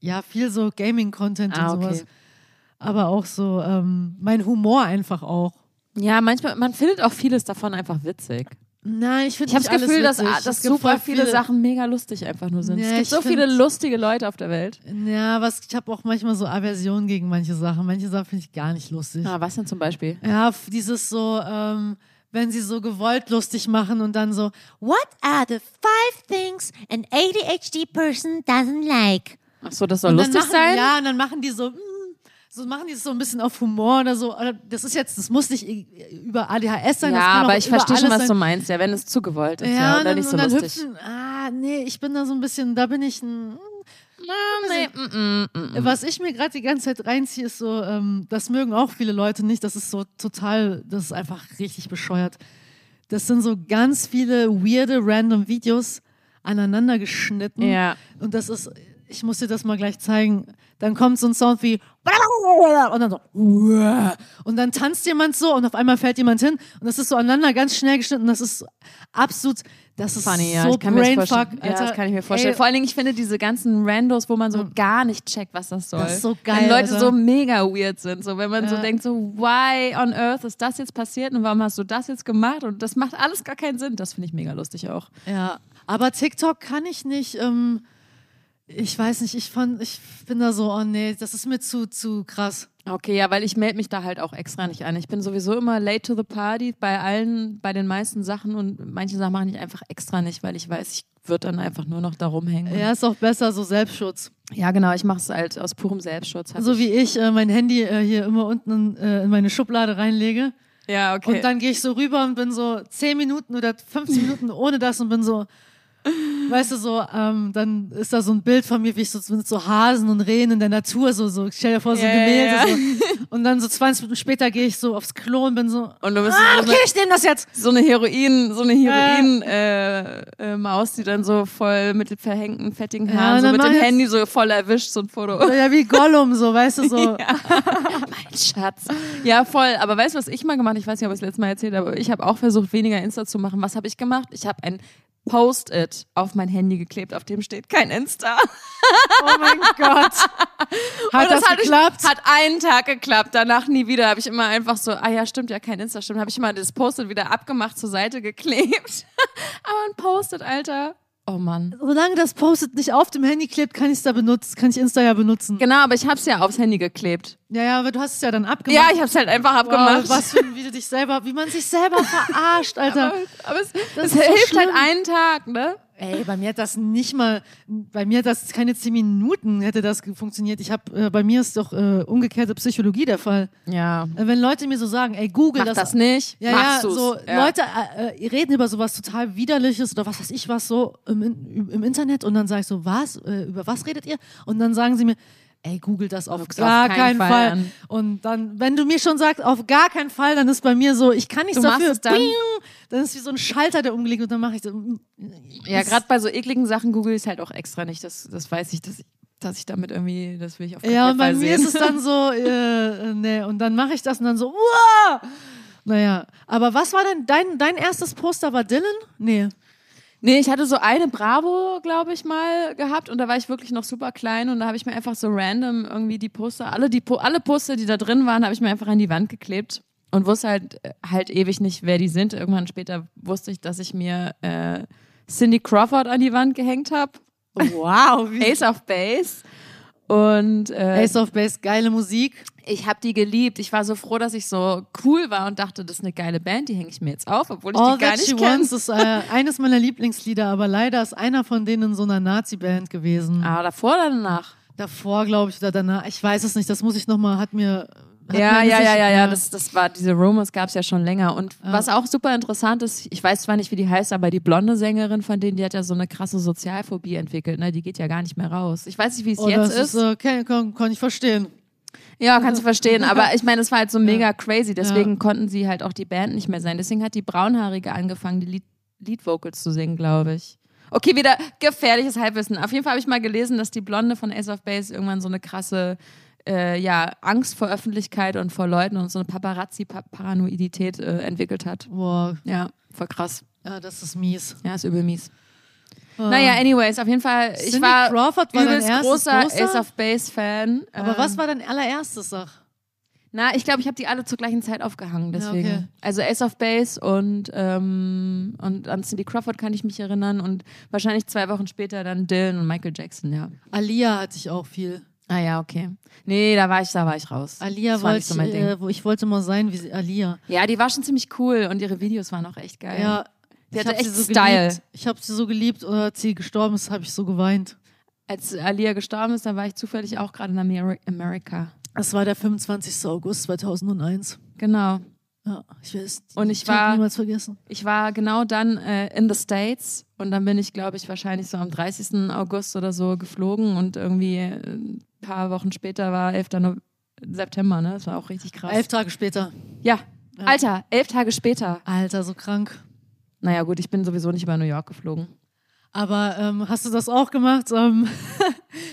S1: Ja, viel so Gaming-Content
S2: Ah,
S1: und
S2: okay.
S1: sowas. Aber auch so ähm, mein Humor einfach auch.
S2: Ja, manchmal, man findet auch vieles davon einfach witzig.
S1: Nein, ich finde
S2: Ich habe
S1: nicht
S2: das Gefühl,
S1: alles
S2: dass,
S1: witzig.
S2: ah, dass
S1: Es gibt voll
S2: super viele, Sachen mega lustig einfach nur sind.
S1: Ja,
S2: es gibt
S1: ich
S2: so viele
S1: find-
S2: lustige Leute auf der Welt.
S1: Ja, was, ich habe auch manchmal so Aversion gegen manche Sachen. Manche Sachen finde ich gar nicht lustig.
S2: Ah, was denn zum Beispiel?
S1: Ja, f- dieses so, ähm, wenn sie so gewollt lustig machen und dann so,
S3: What are the five things an ADHD person doesn't like?
S2: Ach so, das soll
S1: Und
S2: lustig
S1: dann machen,
S2: sein?
S1: Ja, und dann machen die so, mm, so machen die es so ein bisschen auf Humor oder so. Oder Das ist jetzt, das muss nicht i- über ADHS sein.
S2: Ja,
S1: das kann
S2: aber
S1: auch
S2: ich
S1: über
S2: verstehe schon,
S1: alles
S2: was du
S1: sein.
S2: meinst. Ja, wenn es zu gewollt ist, ja,
S1: ja,
S2: und
S1: und
S2: dann
S1: dann,
S2: nicht so
S1: und dann
S2: lustig.
S1: hüpfen. Ah, nee, ich bin da so ein bisschen, da bin ich ein. mm,
S2: Ah, Nee, mm, mm, mm, mm.
S1: Was ich mir gerade die ganze Zeit reinziehe, ist so, ähm, das mögen auch viele Leute nicht. Das ist so total, das ist einfach richtig bescheuert. Das sind so ganz viele weirde, random Videos aneinander geschnitten.
S2: Ja.
S1: Und das ist, ich muss dir das mal gleich zeigen. Dann kommt so ein Sound wie und dann so und dann tanzt jemand so und auf einmal fällt jemand hin und das ist so aneinander ganz schnell geschnitten. Das ist absolut, das ist
S2: Funny, ja,
S1: so
S2: ich kann mir das
S1: brainfuck.
S2: vorstellen. Ja,
S1: Alter.
S2: das kann ich mir vorstellen.
S1: Ey,
S2: Vor allen Dingen, ich finde diese ganzen Randos, wo man so gar nicht checkt, was Mhm. das soll.
S1: Das ist so geil,
S2: Wenn Leute
S1: Alter.
S2: so mega weird sind, so wenn man so
S1: Ja.
S2: denkt, so why on earth ist das jetzt passiert und warum hast du das jetzt gemacht und das macht alles gar keinen Sinn. Das finde ich mega lustig auch.
S1: Ja, aber TikTok kann ich nicht. Ähm, ich weiß nicht, ich fand, ich bin da so, oh nee, das ist mir zu, zu krass.
S2: Okay, ja, weil ich melde mich da halt auch extra nicht an. Ich bin sowieso immer late to the party bei allen, bei den meisten Sachen und manche Sachen mache ich einfach extra nicht, weil ich weiß, ich würde dann einfach nur noch da rumhängen.
S1: Ja, ist auch besser, so Selbstschutz.
S2: Ja, genau, ich mache es halt aus purem Selbstschutz. Hab
S1: So wie ich äh, mein Handy äh, hier immer unten in, äh, in meine Schublade reinlege
S2: Ja, okay.
S1: Und dann gehe ich so rüber und bin so 10 Minuten oder 15 Minuten ohne das und bin so, weißt du, so, ähm, dann ist da so ein Bild von mir, wie ich so mit so Hasen und Rehen in der Natur so, so stell dir vor, so ein
S2: Ja,
S1: Gemälde.
S2: ja, ja.
S1: So. Und dann so 20 Minuten später gehe ich so aufs Klo und bin so,
S2: Und du bist
S1: ah,
S2: so,
S1: okay, ich nehme das jetzt.
S2: so eine Heroin, so eine Heroin-Maus, äh, äh, Maus, die dann so voll mit den verhängten, fettigen
S1: Ja,
S2: Haaren,
S1: dann
S2: so mit
S1: mach
S2: dem
S1: jetzt-
S2: Handy so voll erwischt, so ein Foto.
S1: Ja, wie Gollum, so, weißt du, so.
S2: Mein Schatz. Ja, voll. Aber weißt du, was ich mal gemacht habe? Ich weiß nicht, ob ich es letztes Mal erzählt habe, aber ich habe auch versucht, weniger Insta zu machen. Was habe ich gemacht? Ich habe ein Post-it auf mein Handy geklebt, auf dem steht kein Insta.
S1: Oh mein Gott. Hat das,
S2: hat,
S1: geklappt?
S2: Ich, hat einen Tag geklappt, danach nie wieder. Habe ich immer einfach so, ah ja, stimmt ja, kein Insta, stimmt. Habe ich immer das Post-it wieder abgemacht, zur Seite geklebt. Aber ein Post-it, Alter. Oh Mann.
S1: Solange das Post-it nicht auf dem Handy klebt, kann ich es da benutzen, kann ich Insta ja benutzen.
S2: Genau, aber ich habe es ja aufs Handy geklebt.
S1: Ja, ja, aber du hast es ja dann
S2: Ja,
S1: abgemacht.
S2: ich habe es halt einfach abgemacht.
S1: Wow, was für ein, wie du dich selber, wie man sich selber verarscht, Alter.
S2: aber es, es
S1: ist so
S2: hilft halt
S1: schlimm.
S2: einen Tag, ne?
S1: Ey, bei mir hat das nicht mal, bei mir hat das keine zehn Minuten hätte das ge- funktioniert. Ich habe, äh, bei mir ist doch äh, umgekehrte Psychologie der Fall.
S2: Ja.
S1: Äh, wenn Leute mir so sagen, ey, Google
S2: Mach das, nicht.
S1: Ja,
S2: Machst
S1: ja,
S2: du's.
S1: so
S2: ja.
S1: Leute äh, äh, reden über sowas total widerliches oder was weiß ich was so im, In- im Internet und dann sage ich so, was, äh, über was redet ihr? Und dann sagen sie mir, ey, google das auf
S2: Guck's
S1: gar
S2: auf
S1: keinen
S2: keinen Fall
S1: Fall.
S2: an.
S1: Und dann, wenn du mir schon sagst, auf gar keinen Fall, dann ist bei mir so, ich kann nichts
S2: Du machst
S1: dafür.
S2: es dann.
S1: Bing! dann ist wie so ein Schalter, der umgelegt wird und dann mache ich so. mm,
S2: Ja, gerade bei so ekligen Sachen google ich halt auch extra nicht. Das, das weiß ich, dass ich, dass ich damit irgendwie, das will ich auf keinen
S1: Ja,
S2: Fall
S1: und bei
S2: sehen.
S1: mir ist es dann so, äh, äh, nee, und dann mache ich das und dann so, uah! Naja, aber was war denn dein, dein erstes Poster? War Dylan? Nee.
S2: Nee, ich hatte so eine Bravo, glaube ich, mal gehabt und da war ich wirklich noch super klein und da habe ich mir einfach so random irgendwie die Poster, alle, die, Po- alle Poster, die da drin waren, habe ich mir einfach an die Wand geklebt und wusste halt, äh, halt ewig nicht, wer die sind. Irgendwann später wusste ich, dass ich mir äh, Cindy Crawford an die Wand gehängt habe,
S1: Wow, wie
S2: Ace of Base und äh,
S1: Ace of Base, geile Musik.
S2: ich habe die geliebt. Ich war so froh, dass ich so cool war und dachte, das ist eine geile Band, die hänge ich mir jetzt auf, obwohl ich
S1: All
S2: die gar
S1: Oh, That She
S2: nicht kenne.
S1: Wants ist äh, eines meiner Lieblingslieder, aber leider ist einer von denen in so einer Nazi-Band gewesen.
S2: Ah, davor oder danach?
S1: Davor, glaube ich, oder danach. Ich weiß es nicht, das muss ich nochmal, hat mir. Hat
S2: Ja,
S1: mir ne?
S2: ja,
S1: nicht-
S2: ja, ja, ja, das, das war, diese Rumors gab es ja schon länger. Und was auch super interessant ist, ich weiß zwar nicht, wie die heißt, aber die blonde Sängerin von denen, die hat ja so eine krasse Sozialphobie entwickelt, ne? Die geht ja gar nicht mehr raus. Ich weiß nicht, wie es
S1: Oh,
S2: jetzt
S1: das
S2: ist.
S1: ist, äh, kann, kann, kann ich verstehen.
S2: ja, kannst du verstehen. Aber ich meine, es war halt so mega crazy, deswegen konnten sie halt auch die Band nicht mehr sein. Deswegen hat die Braunhaarige angefangen, die Lead, Lead Vocals zu singen, glaube ich. Okay, wieder gefährliches Halbwissen. Auf jeden Fall habe ich mal gelesen, dass die Blonde von Ace of Base irgendwann so eine krasse äh, ja, Angst vor Öffentlichkeit und vor Leuten und so eine Paparazzi-Paranoidität äh, entwickelt hat.
S1: Boah,
S2: Ja, voll krass.
S1: ja, das ist mies.
S2: Ja, ist übel mies. Naja, anyways, auf jeden Fall, ich
S1: Oh. Cindy
S2: war
S1: Crawford war dein
S2: übelst
S1: erstes
S2: großer
S1: Poster?
S2: Ace of Base-Fan.
S1: Aber
S2: Ähm,
S1: was war dein allererstes Sach?
S2: Na, ich glaube, ich habe die alle zur gleichen Zeit aufgehangen, deswegen.
S1: okay.
S2: Also Ace of Base und, ähm, und an Cindy Crawford kann ich mich erinnern und wahrscheinlich zwei Wochen später dann Dylan und Michael Jackson, ja.
S1: Alia hatte ich auch viel.
S2: Ah ja, okay. Nee, da war ich, da war ich raus.
S1: Alia
S2: Das war
S1: wollte
S2: nicht
S1: ich,
S2: so mein Ding.
S1: äh, wo ich wollte mal sein wie sie, Alia.
S2: Ja, die war schon ziemlich cool und ihre Videos waren auch echt geil.
S1: Ja,
S2: Die
S1: ich
S2: hatte
S1: hab
S2: echt
S1: sie so
S2: Style.
S1: geliebt. Ich habe sie so geliebt und als sie gestorben ist, habe ich so geweint.
S2: Als Alia gestorben ist, da war ich zufällig auch gerade in Ameri Amerika.
S1: Das war der 25. August 2001.
S2: Genau.
S1: Ja, ich weiß.
S2: Und ich
S1: hab
S2: war-
S1: niemals vergessen.
S2: Ich war genau dann äh, in the States und dann bin ich, glaube ich, wahrscheinlich so am 30. August oder so geflogen und irgendwie äh, ein paar Wochen später war 11. No September, ne? Das war auch richtig krass.
S1: Elf Tage später.
S2: ja. Alter, elf Tage später.
S1: Alter, so krank.
S2: Naja, gut, ich bin sowieso nicht über New York geflogen.
S1: Aber ähm, hast du das auch gemacht? Ähm,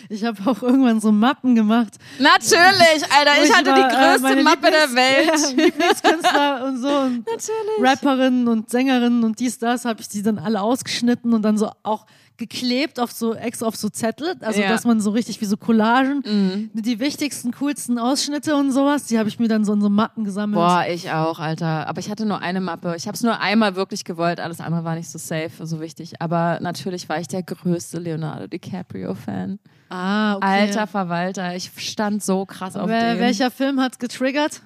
S1: ich habe auch irgendwann so Mappen gemacht.
S2: Natürlich, Alter, ich
S1: Wo
S2: hatte
S1: über,
S2: die
S1: äh,
S2: größte
S1: meine
S2: Mappe der
S1: Lieblings-
S2: Welt.
S1: Ja, Lieblingskünstler und so und Rapperinnen und Sängerinnen und dies, das, habe ich die dann alle ausgeschnitten und dann so auch geklebt auf so extra auf so Zettel, also
S2: Ja. Mhm.
S1: dass man so richtig wie so Collagen, die wichtigsten, coolsten Ausschnitte und sowas, die habe ich mir dann so in so Mappen gesammelt.
S2: Boah, ich auch, Alter. Aber ich hatte nur eine Mappe. Ich habe es nur einmal wirklich gewollt. Alles andere war nicht so safe, so wichtig. Aber natürlich war ich der größte Leonardo DiCaprio-Fan.
S1: Ah, okay.
S2: Alter Verwalter, ich stand so krass auf
S1: Wel-
S2: dem.
S1: Welcher Film hat's getriggert?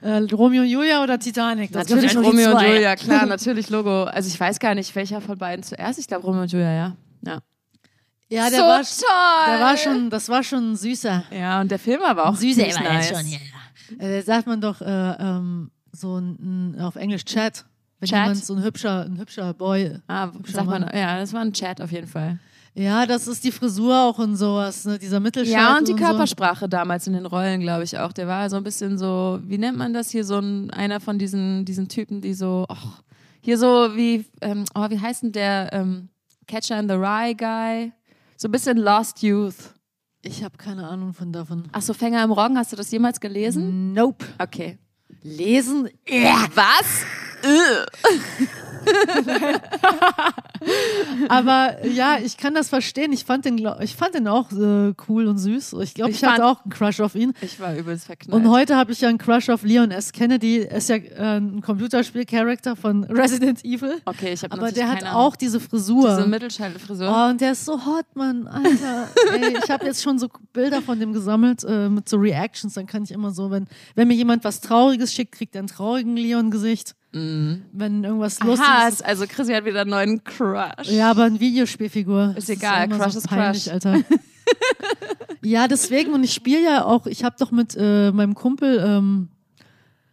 S1: Äh, Romeo und Julia oder Titanic? Das
S2: Natürlich
S1: sind nur die
S2: Romeo und
S1: zwei.
S2: Julia, klar, natürlich Logo. Also ich weiß gar nicht, welcher von beiden zuerst. Ich glaube Romeo und Julia, ja. Ah, ja.
S1: Ja, der
S2: so
S1: war,
S2: toll!
S1: der war schon, das war schon ein süßer.
S2: ja, und der Film war aber auch
S1: Süßer
S2: ziemlich
S1: war das
S2: nice.
S1: schon, ja. Äh, sagt man doch, äh, ähm, so ein, ein auf Englisch Chat. Wenn
S2: Chat?
S1: jemand so ein hübscher, ein hübscher Boy.
S2: Ah,
S1: Hübscher
S2: sag mal,
S1: Mann.
S2: ja, das war ein Chat auf jeden Fall.
S1: Ja, das ist die Frisur auch und sowas, ne? Dieser Mittelscheitel.
S2: Ja, und die
S1: So.
S2: Körpersprache damals in den Rollen, glaube ich auch. Der war so ein bisschen so, wie nennt man das hier, so ein, einer von diesen, diesen Typen, die so, och, hier so wie, ähm, oh, wie heißt denn der ähm, Catcher in the Rye Guy? So ein bisschen Lost Youth.
S1: Ich habe keine Ahnung von davon.
S2: Ach so, Fänger im Roggen, hast du das jemals gelesen?
S1: Nope.
S2: Okay.
S1: Lesen?
S2: Was?
S1: Aber äh, ja, ich kann das verstehen. Ich fand den, gla- ich fand den auch äh, cool und süß. Ich glaube,
S2: Ich
S1: ich, hatte
S2: fand-
S1: auch einen Crush auf ihn.
S2: Ich war übelst verknallt.
S1: Und heute habe ich ja einen Crush auf Leon S. Kennedy. Er ist ja äh, ein Computerspiel-Charakter von Resident Evil.
S2: okay, ich habe
S1: Aber der hat auch diese Frisur.
S2: diese Mittelscheidelfrisur.
S1: Oh, und der ist so hot, Mann, Alter. Ey, ich habe jetzt schon so Bilder von dem gesammelt äh, mit so Reactions. Dann kann ich immer so, wenn, wenn mir jemand was Trauriges schickt, kriegt er einen traurigen Leon-Gesicht. Wenn irgendwas
S2: Mhm. Aha,
S1: Lustiges
S2: ist, also Chrissy hat wieder einen neuen Crush.
S1: ja, aber ein Videospielfigur.
S2: Ist
S1: Das
S2: egal,
S1: immer
S2: Crush ist
S1: peinlich,
S2: Crush.
S1: Alter. ja, deswegen, und ich spiele ja auch, ich habe doch mit äh, meinem Kumpel, ähm,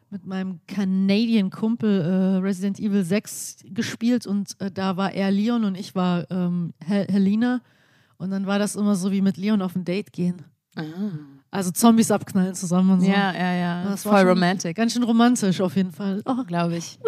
S1: mit meinem Canadian Kumpel äh, Resident Evil 6 gespielt und äh, da war er Leon und ich war ähm, Hel Helena. Und dann war das immer so wie mit Leon auf ein Date gehen. Also Zombies abknallen zusammen und so.
S2: Ah. Ja, ja, ja.
S1: Das war
S2: Voll
S1: schon-
S2: romantic.
S1: Ganz schön romantisch auf jeden Fall. Oh,
S2: glaube ich.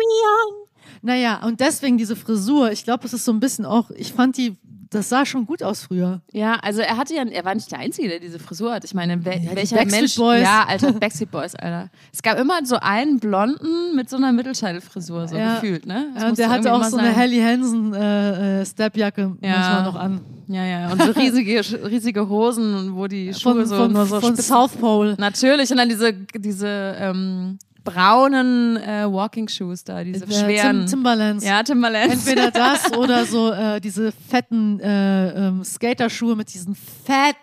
S1: naja, und deswegen diese Frisur. Ich glaube, es ist so ein bisschen auch, ich fand die, das sah schon gut aus früher.
S2: Ja, also er hatte ja, er war nicht der Einzige, der diese Frisur hat. Ich meine, wel,
S1: die
S2: welcher
S1: Backstreet
S2: Mensch?
S1: Boys.
S2: Ja, alter Backstreet Boys, alter. Es gab immer so einen Blonden mit so einer Mittelscheidelfrisur so
S1: Ja.
S2: gefühlt, ne? Das
S1: Ja, und der
S2: musste
S1: hatte auch
S2: irgendwie
S1: so
S2: immer
S1: eine
S2: sein.
S1: Helly Hansen äh, äh, Stepjacke manchmal noch an.
S2: Ja, ja. Und so riesige, riesige Hosen, wo die Schuhe so nur so
S1: von
S2: spitz-
S1: South Pole.
S2: Natürlich. Und dann diese, diese ähm, braunen äh, Walking Shoes da, diese
S1: Äh,
S2: schweren.
S1: Tim Timberlands.
S2: ja, Timberlands.
S1: Entweder das oder so äh, diese fetten äh, ähm, Skaterschuhe mit diesen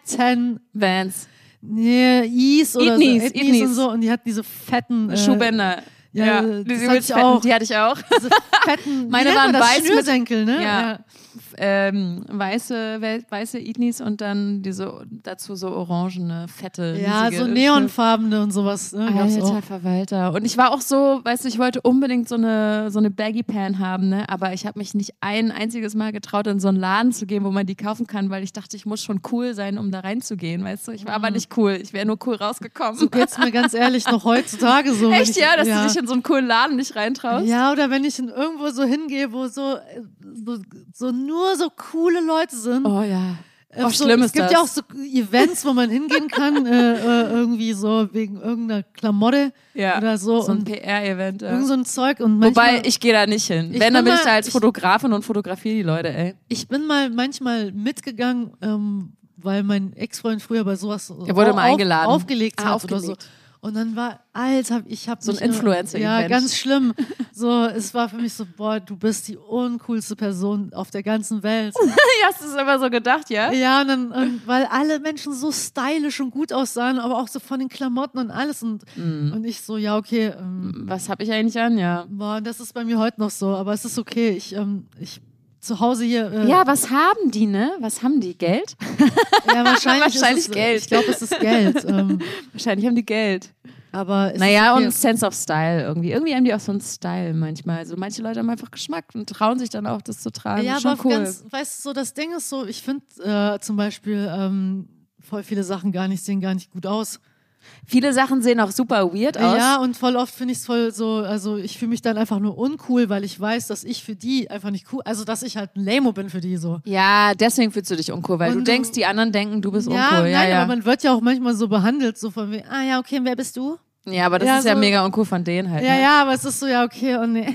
S1: fetten
S2: Vans,
S1: nee, Ease oder
S2: Eatnies,
S1: so, Eatnies
S2: Eatnies.
S1: und so und die hatten diese fetten äh,
S2: Schuhbänder.
S1: ja,
S2: Ja,
S1: das
S2: die,
S1: hatte
S2: übelst
S1: ich
S2: fetten,
S1: auch.
S2: die hatte ich auch.
S1: diese fetten
S2: Meine
S1: wie nennt man
S2: waren
S1: das?
S2: weiß mit-
S1: Schnürsenkel, ne?
S2: Ja. ähm, weiße, wel- weiße Ignis und dann diese dazu so orangene, fette.
S1: Ja,
S2: riesige Ah
S1: so neonfarbene und sowas. Ne,
S2: Schnür-
S1: gab's
S2: Alter
S1: auch.
S2: Verwalter. Und ich war auch so, weißt du, ich wollte unbedingt so eine, so eine Baggy Pan haben, ne? aber ich habe mich nicht ein einziges Mal getraut, in so einen Laden zu gehen, wo man die kaufen kann, weil ich dachte, ich muss schon cool sein, um da reinzugehen, weißt du? Ich war aber nicht cool. Ich wäre nur cool rausgekommen.
S1: So geht's mir ganz ehrlich noch heutzutage so. wenn
S2: Echt,
S1: ich-
S2: ja? Dass du dich in so einen coolen Laden nicht reintraust?
S1: Ja, oder wenn ich in irgendwo so hingehe, wo so, äh, so, so nur so coole Leute sind.
S2: Oh ja.
S1: Äh,
S2: auch
S1: so,
S2: schlimm
S1: es
S2: ist
S1: gibt
S2: das.
S1: ja auch so Events, wo man hingehen kann, äh, äh, irgendwie so wegen irgendeiner Klamotte
S2: Ja.
S1: oder so.
S2: So ein
S1: und
S2: PR-Event. Ja.
S1: irgend so ein Zeug. Und manchmal,
S2: Wobei, ich gehe da nicht hin.
S1: Ich
S2: Wenn, dann
S1: bin
S2: bin ich
S1: mal-
S2: da als
S1: ich-
S2: Fotografin und fotografiere die Leute, ey.
S1: ich bin mal manchmal mitgegangen, ähm, weil mein Ex-Freund früher bei sowas so
S2: Er wurde
S1: au-
S2: mal eingeladen.
S1: aufgelegt
S2: Ah,
S1: hat oder
S2: aufgelegt.
S1: so. Und dann war, Alter, ich habe
S2: So ein Influencer-Event.
S1: Ja, ganz schlimm. So, es war für mich so, boah, du bist die uncoolste Person auf der ganzen Welt.
S2: Ja, hast du es immer so gedacht, ja?
S1: Ja, und dann, und weil alle Menschen so stylisch und gut aussahen, aber auch so von den Klamotten und alles. Und,
S2: Mhm.
S1: und ich so, ja, okay. Ähm,
S2: Was habe ich eigentlich an, ja?
S1: boah, das ist bei mir heute noch so, aber es ist okay. Ich, ähm, ich zu Hause hier. Äh,
S2: Ja, was haben die, ne? Was haben die? Geld?
S1: ja, wahrscheinlich.
S2: wahrscheinlich
S1: ist es, äh,
S2: Geld.
S1: Ich glaube, es ist Geld. Ähm,
S2: Wahrscheinlich haben die Geld.
S1: aber es
S2: Naja, und
S1: ist
S2: Sense of Style irgendwie. Irgendwie haben die auch so einen Style manchmal. Also manche Leute haben einfach Geschmack und trauen sich dann auch, das zu tragen.
S1: okay. Ja,
S2: Ist schon
S1: aber
S2: cool.
S1: ganz, weißt du, so das Ding ist so, ich finde äh, zum Beispiel ähm, voll viele Sachen gar nicht, sehen gar nicht gut aus.
S2: Viele Sachen sehen auch super weird aus.
S1: Ja, und voll oft finde ich es voll so, also ich fühle mich dann einfach nur uncool, weil ich weiß, dass ich für die einfach nicht cool, also dass ich halt ein Lamo bin für die so.
S2: Ja, deswegen fühlst du dich uncool, weil
S1: Und
S2: du
S1: du-
S2: denkst, die anderen denken, du bist
S1: ja,
S2: uncool. Ja,
S1: nein,
S2: ja.
S1: aber man wird ja auch manchmal so behandelt, so von wegen, ah ja, okay, wer bist du?
S2: ja, aber das
S1: Ja,
S2: ist ja
S1: so-
S2: mega uncool von denen halt.
S1: Ja,
S2: ne?
S1: ja, aber es ist so, ja, okay, und nee.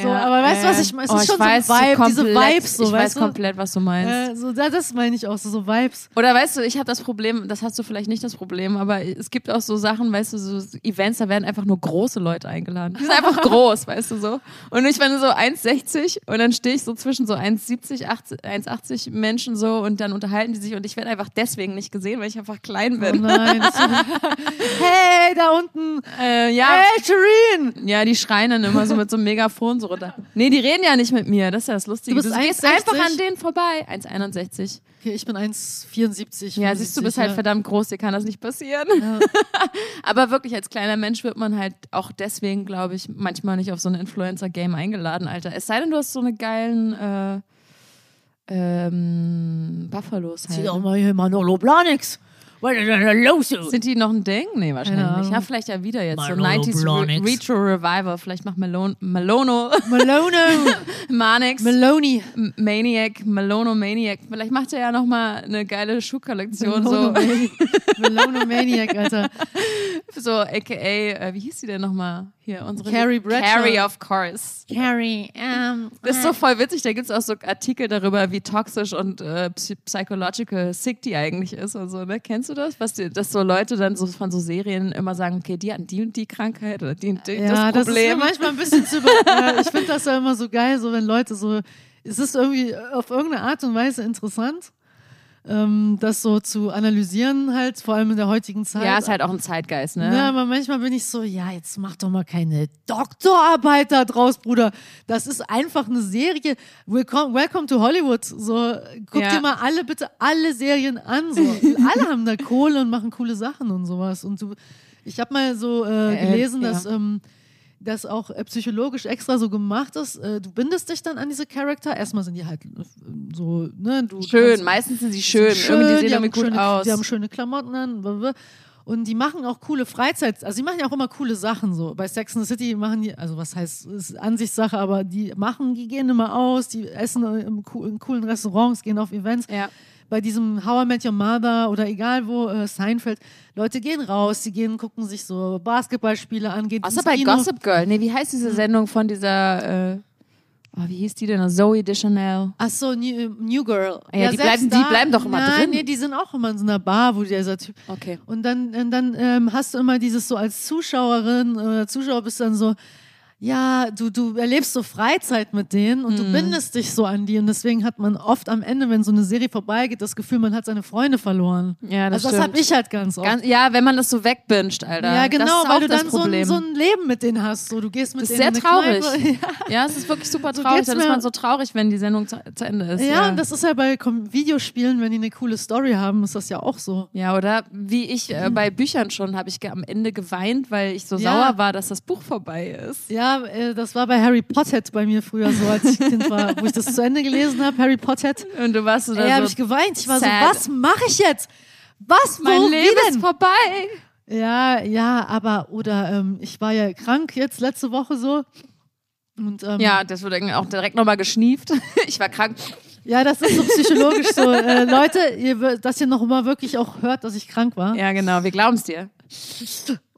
S1: So,
S2: Ja,
S1: aber weißt du,
S2: ja,
S1: was
S2: ja.
S1: ich meine? Es
S2: Oh,
S1: ist schon so ein
S2: weiß
S1: Vibe, diese
S2: komplett-
S1: Vibes, so,
S2: Ich weiß
S1: weißt du?
S2: komplett, was du meinst.
S1: Äh, so, da- das meine ich auch, so, so Vibes.
S2: Oder weißt du, ich habe das Problem, das hast du vielleicht nicht das Problem, aber es gibt auch so Sachen, weißt du, so Events, da werden einfach nur große Leute eingeladen. Die sind einfach groß, weißt du so. Und ich bin so 1,60 und dann stehe ich so zwischen so 1,70, 80 1,80 Menschen so und dann unterhalten die sich und ich werde einfach deswegen nicht gesehen, weil ich einfach klein
S1: Oh
S2: bin.
S1: nein. So, hey, da unten, Leuten.
S2: Äh, ja.
S1: Hey, Shireen!
S2: Ja, die schreien dann immer so mit so einem Megafon so runter. Nee, die reden ja nicht mit mir. Das ist ja das Lustige.
S1: Du bist
S2: gehst
S1: 1,60.
S2: einfach an denen vorbei. 1,61.
S1: Okay, ich bin 1,74.
S2: Ja, siehst du, bist
S1: 75,
S2: halt
S1: ja.
S2: verdammt groß. Dir kann das nicht passieren.
S1: Ja.
S2: Aber wirklich, als kleiner Mensch wird man halt auch deswegen, glaube ich, manchmal nicht auf so ein Influencer-Game eingeladen, Alter. Es sei denn, du hast so eine geilen äh, ähm, Buffalos halt.
S1: Zieh doch mal hier Manolo Blahniks. Was ist denn da los? du?
S2: Sind die noch ein Ding? Nee,
S1: Keine
S2: wahrscheinlich nicht.
S1: Ahnung.
S2: Ja, vielleicht ja wieder jetzt.
S1: Manolo
S2: so 90s Re
S1: Blahniks.
S2: Retro Revival. Vielleicht macht Malone, Malono,
S1: Malono.
S2: Manix,
S1: Maloney.
S2: M- Maniac, Malono Maniac. Vielleicht macht er ja nochmal eine geile Schuhkollektion. So,
S1: Malono- Malono Maniac, Alter.
S2: so aka, äh, wie hieß die denn nochmal? Hier, unsere.
S1: Carrie Bradshaw. Mhm.
S2: Carrie, of course.
S3: Carrie,
S1: ähm,
S3: um,
S2: Das ist so voll witzig. Da gibt es auch so Artikel darüber, wie toxisch und äh, psy- psychological sick die eigentlich ist und so. Ne? Kennst du das? Was die, dass so Leute dann so von so Serien immer sagen, okay, die hatten die und die Krankheit oder die und die,
S1: Ja,
S2: das
S1: das, ist mir
S2: Problem.
S1: manchmal ein bisschen zu über. ja, ich finde das ja immer so geil, so wenn Leute so. Es ist irgendwie auf irgendeine Art und Weise interessant, ähm, das so zu analysieren, halt, vor allem in der heutigen Zeit.
S2: ja, ist halt auch ein Zeitgeist, ne?
S1: Ja, aber manchmal bin ich so, ja, jetzt mach doch mal keine Doktorarbeit da draus, Bruder. Das ist einfach eine Serie. Welcome, welcome to Hollywood. So, guck
S2: Ja.
S1: dir mal alle bitte alle Serien an. So. alle haben da Kohle und machen coole Sachen und sowas. Und du, ich habe mal so äh,
S2: Äh,
S1: gelesen,
S2: ja.
S1: dass ähm, das auch äh, psychologisch extra so gemacht ist. Äh, du bindest dich dann an diese Charakter. Erstmal sind die halt äh, so, ne, du
S2: Schön,
S1: kannst-
S2: meistens sind sie schön. Irgendwie sehen
S1: die, haben
S2: damit gut
S1: schöne,
S2: aus.
S1: die haben schöne Klamotten an. blablabla. Und die machen auch coole Freizeit, also die machen ja auch immer coole Sachen so. Bei Sex and the City machen die, also was heißt, ist Ansichtssache, aber die machen, die gehen immer aus, die essen im, coo- in coolen Restaurants, gehen auf Events.
S2: Ja.
S1: Bei diesem How I Met Your Mother oder egal wo, äh, Seinfeld, Leute gehen raus, die gehen, gucken sich so Basketballspiele an, gehen
S2: Außer
S1: ins
S2: bei
S1: Kino.
S2: Gossip Girl. Nee, wie heißt diese Sendung von dieser, äh, oh, wie hieß die denn? Zoe Deschanel.
S1: Ach so, New, äh, New Girl.
S2: Ja, die
S1: selbst
S2: bleiben- die bleiben doch immer
S1: nein,
S2: drin.
S1: Nee, die sind auch immer in so einer Bar, wo dieser Typ
S2: Okay.
S1: Und dann, und dann ähm, hast du immer dieses so als Zuschauerin oder Zuschauer bist dann so, ja, du, du erlebst so Freizeit mit denen und
S2: Mhm.
S1: du bindest dich so an die. Und deswegen hat man oft am Ende, wenn so eine Serie vorbeigeht, das Gefühl, man hat seine Freunde verloren.
S2: Ja, das
S1: also das habe
S2: stimmt.
S1: ich halt ganz oft.
S2: Ganz, ja, wenn man das so wegbinscht, Alter.
S1: ja,
S2: das
S1: genau,
S2: ist
S1: weil
S2: auch
S1: du
S2: das
S1: dann so ein,
S2: Problem.
S1: so ein Leben mit denen hast. So, du gehst mit
S2: das ist
S1: denen
S2: sehr
S1: in eine
S2: traurig.
S1: Kneipe.
S2: Ja, es ist wirklich super
S1: So
S2: traurig.
S1: geht's
S2: Dann
S1: mir-
S2: ist man so traurig, wenn die Sendung zu, zu Ende ist.
S1: Ja, und das ist ja bei Kom- Videospielen, wenn die eine coole Story haben, ist das ja auch so.
S2: Ja, oder wie ich äh, bei Büchern schon, habe ich ge- am Ende geweint, weil ich so
S1: Ja.
S2: sauer war, dass das Buch vorbei ist.
S1: Ja, äh, das war bei Harry Potter bei mir früher so, als ich Kind war, wo ich das zu Ende gelesen habe, Harry Potter.
S2: Und du warst so
S1: Ey,
S2: da
S1: habe
S2: so,
S1: ich geweint. Ich war
S2: sad.
S1: so, was mache ich jetzt? Was,
S2: mein
S1: wo,
S2: Leben
S1: wie
S2: ist
S1: denn?
S2: vorbei.
S1: Ja, ja, aber, oder ähm, ich war ja krank jetzt letzte Woche so. Und, ähm,
S2: Ja, das wurde auch direkt nochmal geschnieft. Ich war krank.
S1: ja, das ist so psychologisch so. Äh, Leute, ihr, wür- dass ihr noch mal wirklich auch hört, dass ich krank war.
S2: Ja, genau, wir glauben es dir.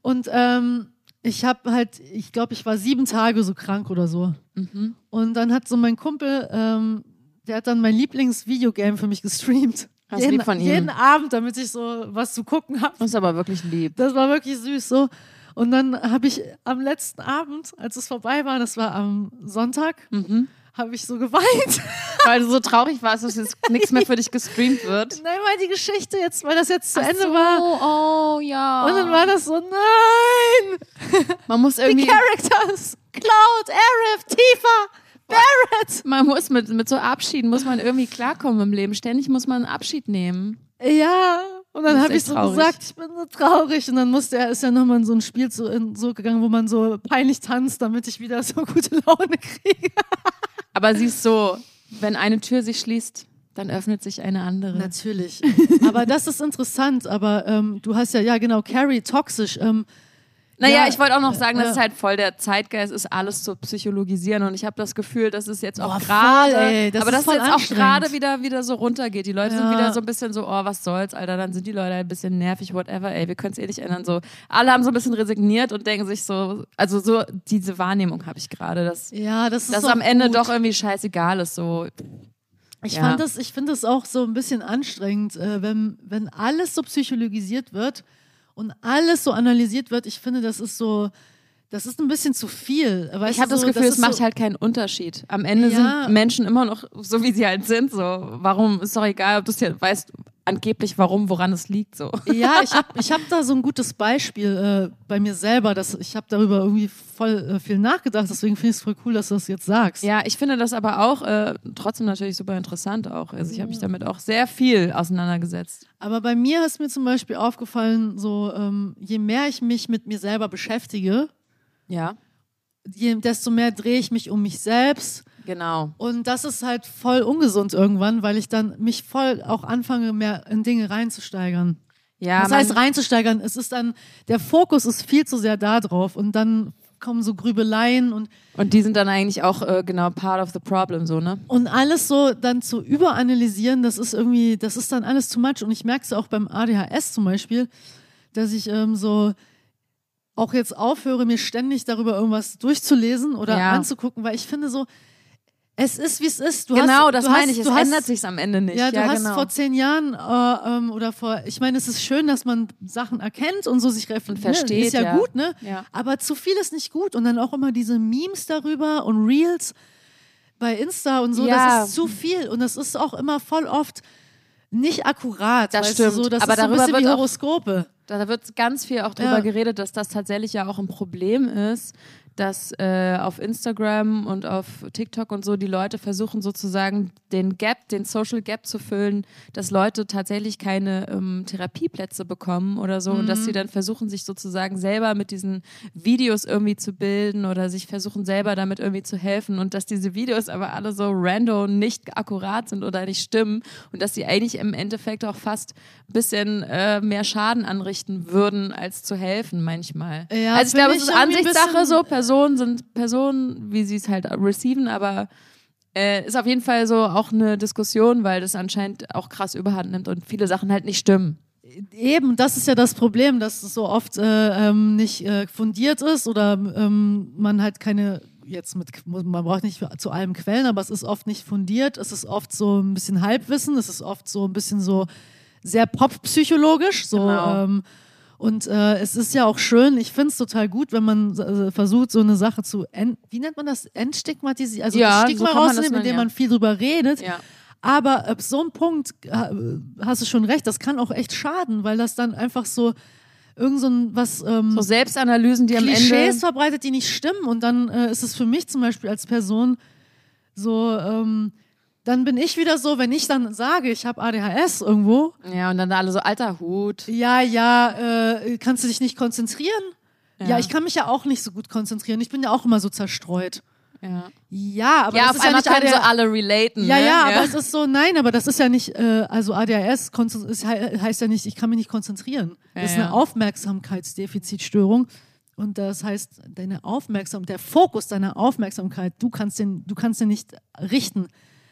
S1: Und ähm, ich habe halt, ich glaube, ich war sieben Tage so krank oder so.
S2: Mhm.
S1: Und dann hat so mein Kumpel, ähm, der hat dann mein Lieblingsvideogame für mich gestreamt.
S2: Das ist
S1: jeden,
S2: lieb von ihm.
S1: jeden Abend, damit ich so was zu gucken habe.
S2: Das ist aber wirklich lieb.
S1: Das war wirklich süß so. Und dann habe ich am letzten Abend, als es vorbei war, das war am Sonntag,
S2: Mhm.
S1: habe ich so geweint.
S2: Weil du so traurig warst, dass jetzt nichts mehr für dich gestreamt wird.
S1: Nein, weil die Geschichte jetzt, weil das jetzt zu
S2: Ach
S1: Ende
S2: so,
S1: war.
S2: Oh, ja.
S1: Und dann war das so, nein,
S2: man muss
S1: die
S2: irgendwie.
S1: Characters, Cloud, Arif, Tifa, Barrett.
S2: Man muss mit, mit so Abschieden, muss man irgendwie klarkommen im Leben. Ständig muss man einen Abschied nehmen.
S1: Ja, und dann
S2: Das ist
S1: habe ich
S2: echt
S1: so
S2: traurig.
S1: gesagt, ich bin so traurig. Und dann musste er, ist ja nochmal in so ein Spiel so, in, so gegangen, wo man so peinlich tanzt, damit ich wieder so gute Laune kriege.
S2: Aber siehst so, wenn eine Tür sich schließt, dann öffnet sich eine andere.
S1: Natürlich. aber das ist interessant. Aber ähm, du hast ja, ja genau, Carrie, toxisch. Ähm,
S2: Naja,
S1: Ja,
S2: ich wollte auch noch sagen, dass
S1: äh,
S2: es halt voll der Zeitgeist ist, alles zu psychologisieren. Und ich habe das Gefühl, dass es jetzt auch
S1: Boah, voll,
S2: gerade,
S1: ey, das
S2: aber
S1: ist
S2: dass es
S1: voll
S2: jetzt auch
S1: anstrengend.
S2: gerade wieder, wieder so runtergeht. Die Leute sind
S1: Ja.
S2: wieder so ein bisschen so, oh, was soll's, Alter, dann sind die Leute ein bisschen nervig, whatever, ey, wir können es eh nicht ändern. So, alle haben so ein bisschen resigniert und denken sich so, also so diese Wahrnehmung habe ich gerade, dass,
S1: ja, das ist
S2: dass
S1: auch
S2: am Ende
S1: gut.
S2: doch irgendwie scheißegal ist. So,
S1: Ich
S2: ja.
S1: fand das, ich finde das auch so ein bisschen anstrengend, äh, wenn, wenn alles so psychologisiert wird und alles so analysiert wird. Ich finde, das ist so, das ist ein bisschen zu viel. Weißt
S2: ich habe
S1: du,
S2: das
S1: so,
S2: Gefühl,
S1: ist
S2: es macht
S1: so,
S2: halt keinen Unterschied. Am Ende
S1: Ja.
S2: sind Menschen immer noch so, wie sie halt sind. So, warum ist doch egal, ob du es jetzt weißt, angeblich warum, woran es liegt. So.
S1: Ja, ich habe ich hab da so ein gutes Beispiel äh, bei mir selber. Dass ich habe darüber irgendwie voll äh, viel nachgedacht. Deswegen finde ich es voll cool, dass du das jetzt sagst.
S2: Ja, ich finde das aber auch äh, trotzdem natürlich super interessant auch. Also ich habe mich damit auch sehr viel auseinandergesetzt.
S1: Aber bei mir ist mir zum Beispiel aufgefallen, so ähm, je mehr ich mich mit mir selber beschäftige,
S2: Ja,
S1: je, desto mehr drehe ich mich um mich selbst.
S2: genau.
S1: Und das ist halt voll ungesund irgendwann, weil ich dann mich voll auch anfange, mehr in Dinge reinzusteigern.
S2: Ja,
S1: das heißt,
S2: man-
S1: reinzusteigern, es ist dann, der Fokus ist viel zu sehr da drauf und dann kommen so Grübeleien und,
S2: und die sind dann eigentlich auch äh, genau part of the problem, so, ne?
S1: und alles so dann zu überanalysieren, das ist irgendwie, das ist dann alles too much. Und ich merke es auch beim ADHS zum Beispiel, dass ich ähm, so auch jetzt aufhöre, mir ständig darüber irgendwas durchzulesen oder
S2: Ja.
S1: anzugucken, weil ich finde so, es ist, wie es ist. Du
S2: genau,
S1: hast,
S2: das
S1: du
S2: meine
S1: hast,
S2: ich. Es
S1: du hast,
S2: ändert sich am Ende nicht.
S1: Ja, du hast
S2: genau.
S1: vor zehn Jahren äh, ähm, oder vor, ich meine, es ist schön, dass man Sachen erkennt und so sich reflektiert. Ne,
S2: versteht,
S1: Ist ja,
S2: ja.
S1: gut, ne?
S2: Ja.
S1: Aber zu viel ist nicht gut. Und dann auch immer diese Memes darüber und Reels bei Insta und so,
S2: Ja.
S1: das ist zu viel. Und das ist auch immer voll oft nicht akkurat.
S2: Das
S1: weißt
S2: stimmt.
S1: Du? So, das
S2: Aber
S1: ist so ein
S2: darüber
S1: bisschen wie
S2: wird auch-
S1: Horoskope.
S2: Da, da wird ganz viel auch drüber
S1: Ja.
S2: geredet, dass das tatsächlich ja auch ein Problem ist, dass äh, auf Instagram und auf TikTok und so die Leute versuchen sozusagen den Gap, den Social Gap zu füllen, dass Leute tatsächlich keine ähm, Therapieplätze bekommen oder so und dass sie dann versuchen, sich sozusagen selber mit diesen Videos irgendwie zu bilden oder sich versuchen, selber damit irgendwie zu helfen und dass diese Videos aber alle so random nicht akkurat sind oder nicht stimmen und dass sie eigentlich im Endeffekt auch fast ein bisschen äh, mehr Schaden anrichten würden, als zu helfen manchmal.
S1: Ja,
S2: also ich
S1: bin
S2: glaube,
S1: ich
S2: es ist
S1: irgendwie ein
S2: Ansichtssache
S1: bisschen-
S2: so, Personen sind Personen, wie sie es halt receiven, aber äh, ist auf jeden Fall so auch eine Diskussion, weil das anscheinend auch krass überhand nimmt und viele Sachen halt nicht stimmen.
S1: Eben, das ist ja das Problem, dass es so oft äh, ähm, nicht äh, fundiert ist oder ähm, man halt keine, jetzt mit, man braucht nicht zu allem Quellen, aber es ist oft nicht fundiert, es ist oft so ein bisschen Halbwissen, es ist oft so ein bisschen so sehr poppsychologisch, so.
S2: Genau.
S1: Ähm, und äh, es ist ja auch schön, ich finde es total gut, wenn man äh, versucht, so eine Sache zu, ent, wie nennt man das, entstigmatisieren, also
S2: Ja,
S1: das
S2: so
S1: Stigma
S2: kann man das
S1: rausnehmen,
S2: nennen,
S1: indem
S2: ja.
S1: man viel drüber redet.
S2: Ja.
S1: Aber ab so einem Punkt äh, hast du schon recht, das kann auch echt schaden, weil das dann einfach so irgend so ein was ähm,
S2: So Selbstanalysen, die am
S1: Klischees
S2: Ende.
S1: verbreitet, die nicht stimmen. Und dann äh, ist es für mich zum Beispiel als Person so, ähm, dann bin ich wieder so, wenn ich dann sage, ich habe ADHS irgendwo,
S2: Ja, und dann alle so alter Hut.
S1: ja, ja, äh, kannst du dich nicht konzentrieren? Ja.
S2: Ja.
S1: ich kann mich ja auch nicht so gut konzentrieren. Ich bin ja auch immer so zerstreut.
S2: Ja,
S1: Ja, aber
S2: ja
S1: das
S2: auf
S1: ist ja
S2: einmal
S1: nicht
S2: können so
S1: ADHS.
S2: alle relaten.
S1: Ja,
S2: ne?
S1: ja, aber es ist so, nein, aber das ist ja nicht, äh, also ADHS konzen- ist, hei- heißt ja nicht, ich kann mich nicht konzentrieren.
S2: Ja,
S1: das ist eine
S2: ja.
S1: Aufmerksamkeitsdefizitstörung. Und das heißt, deine Aufmerksamkeit, der Fokus deiner Aufmerksamkeit, du kannst den, du kannst den nicht richten.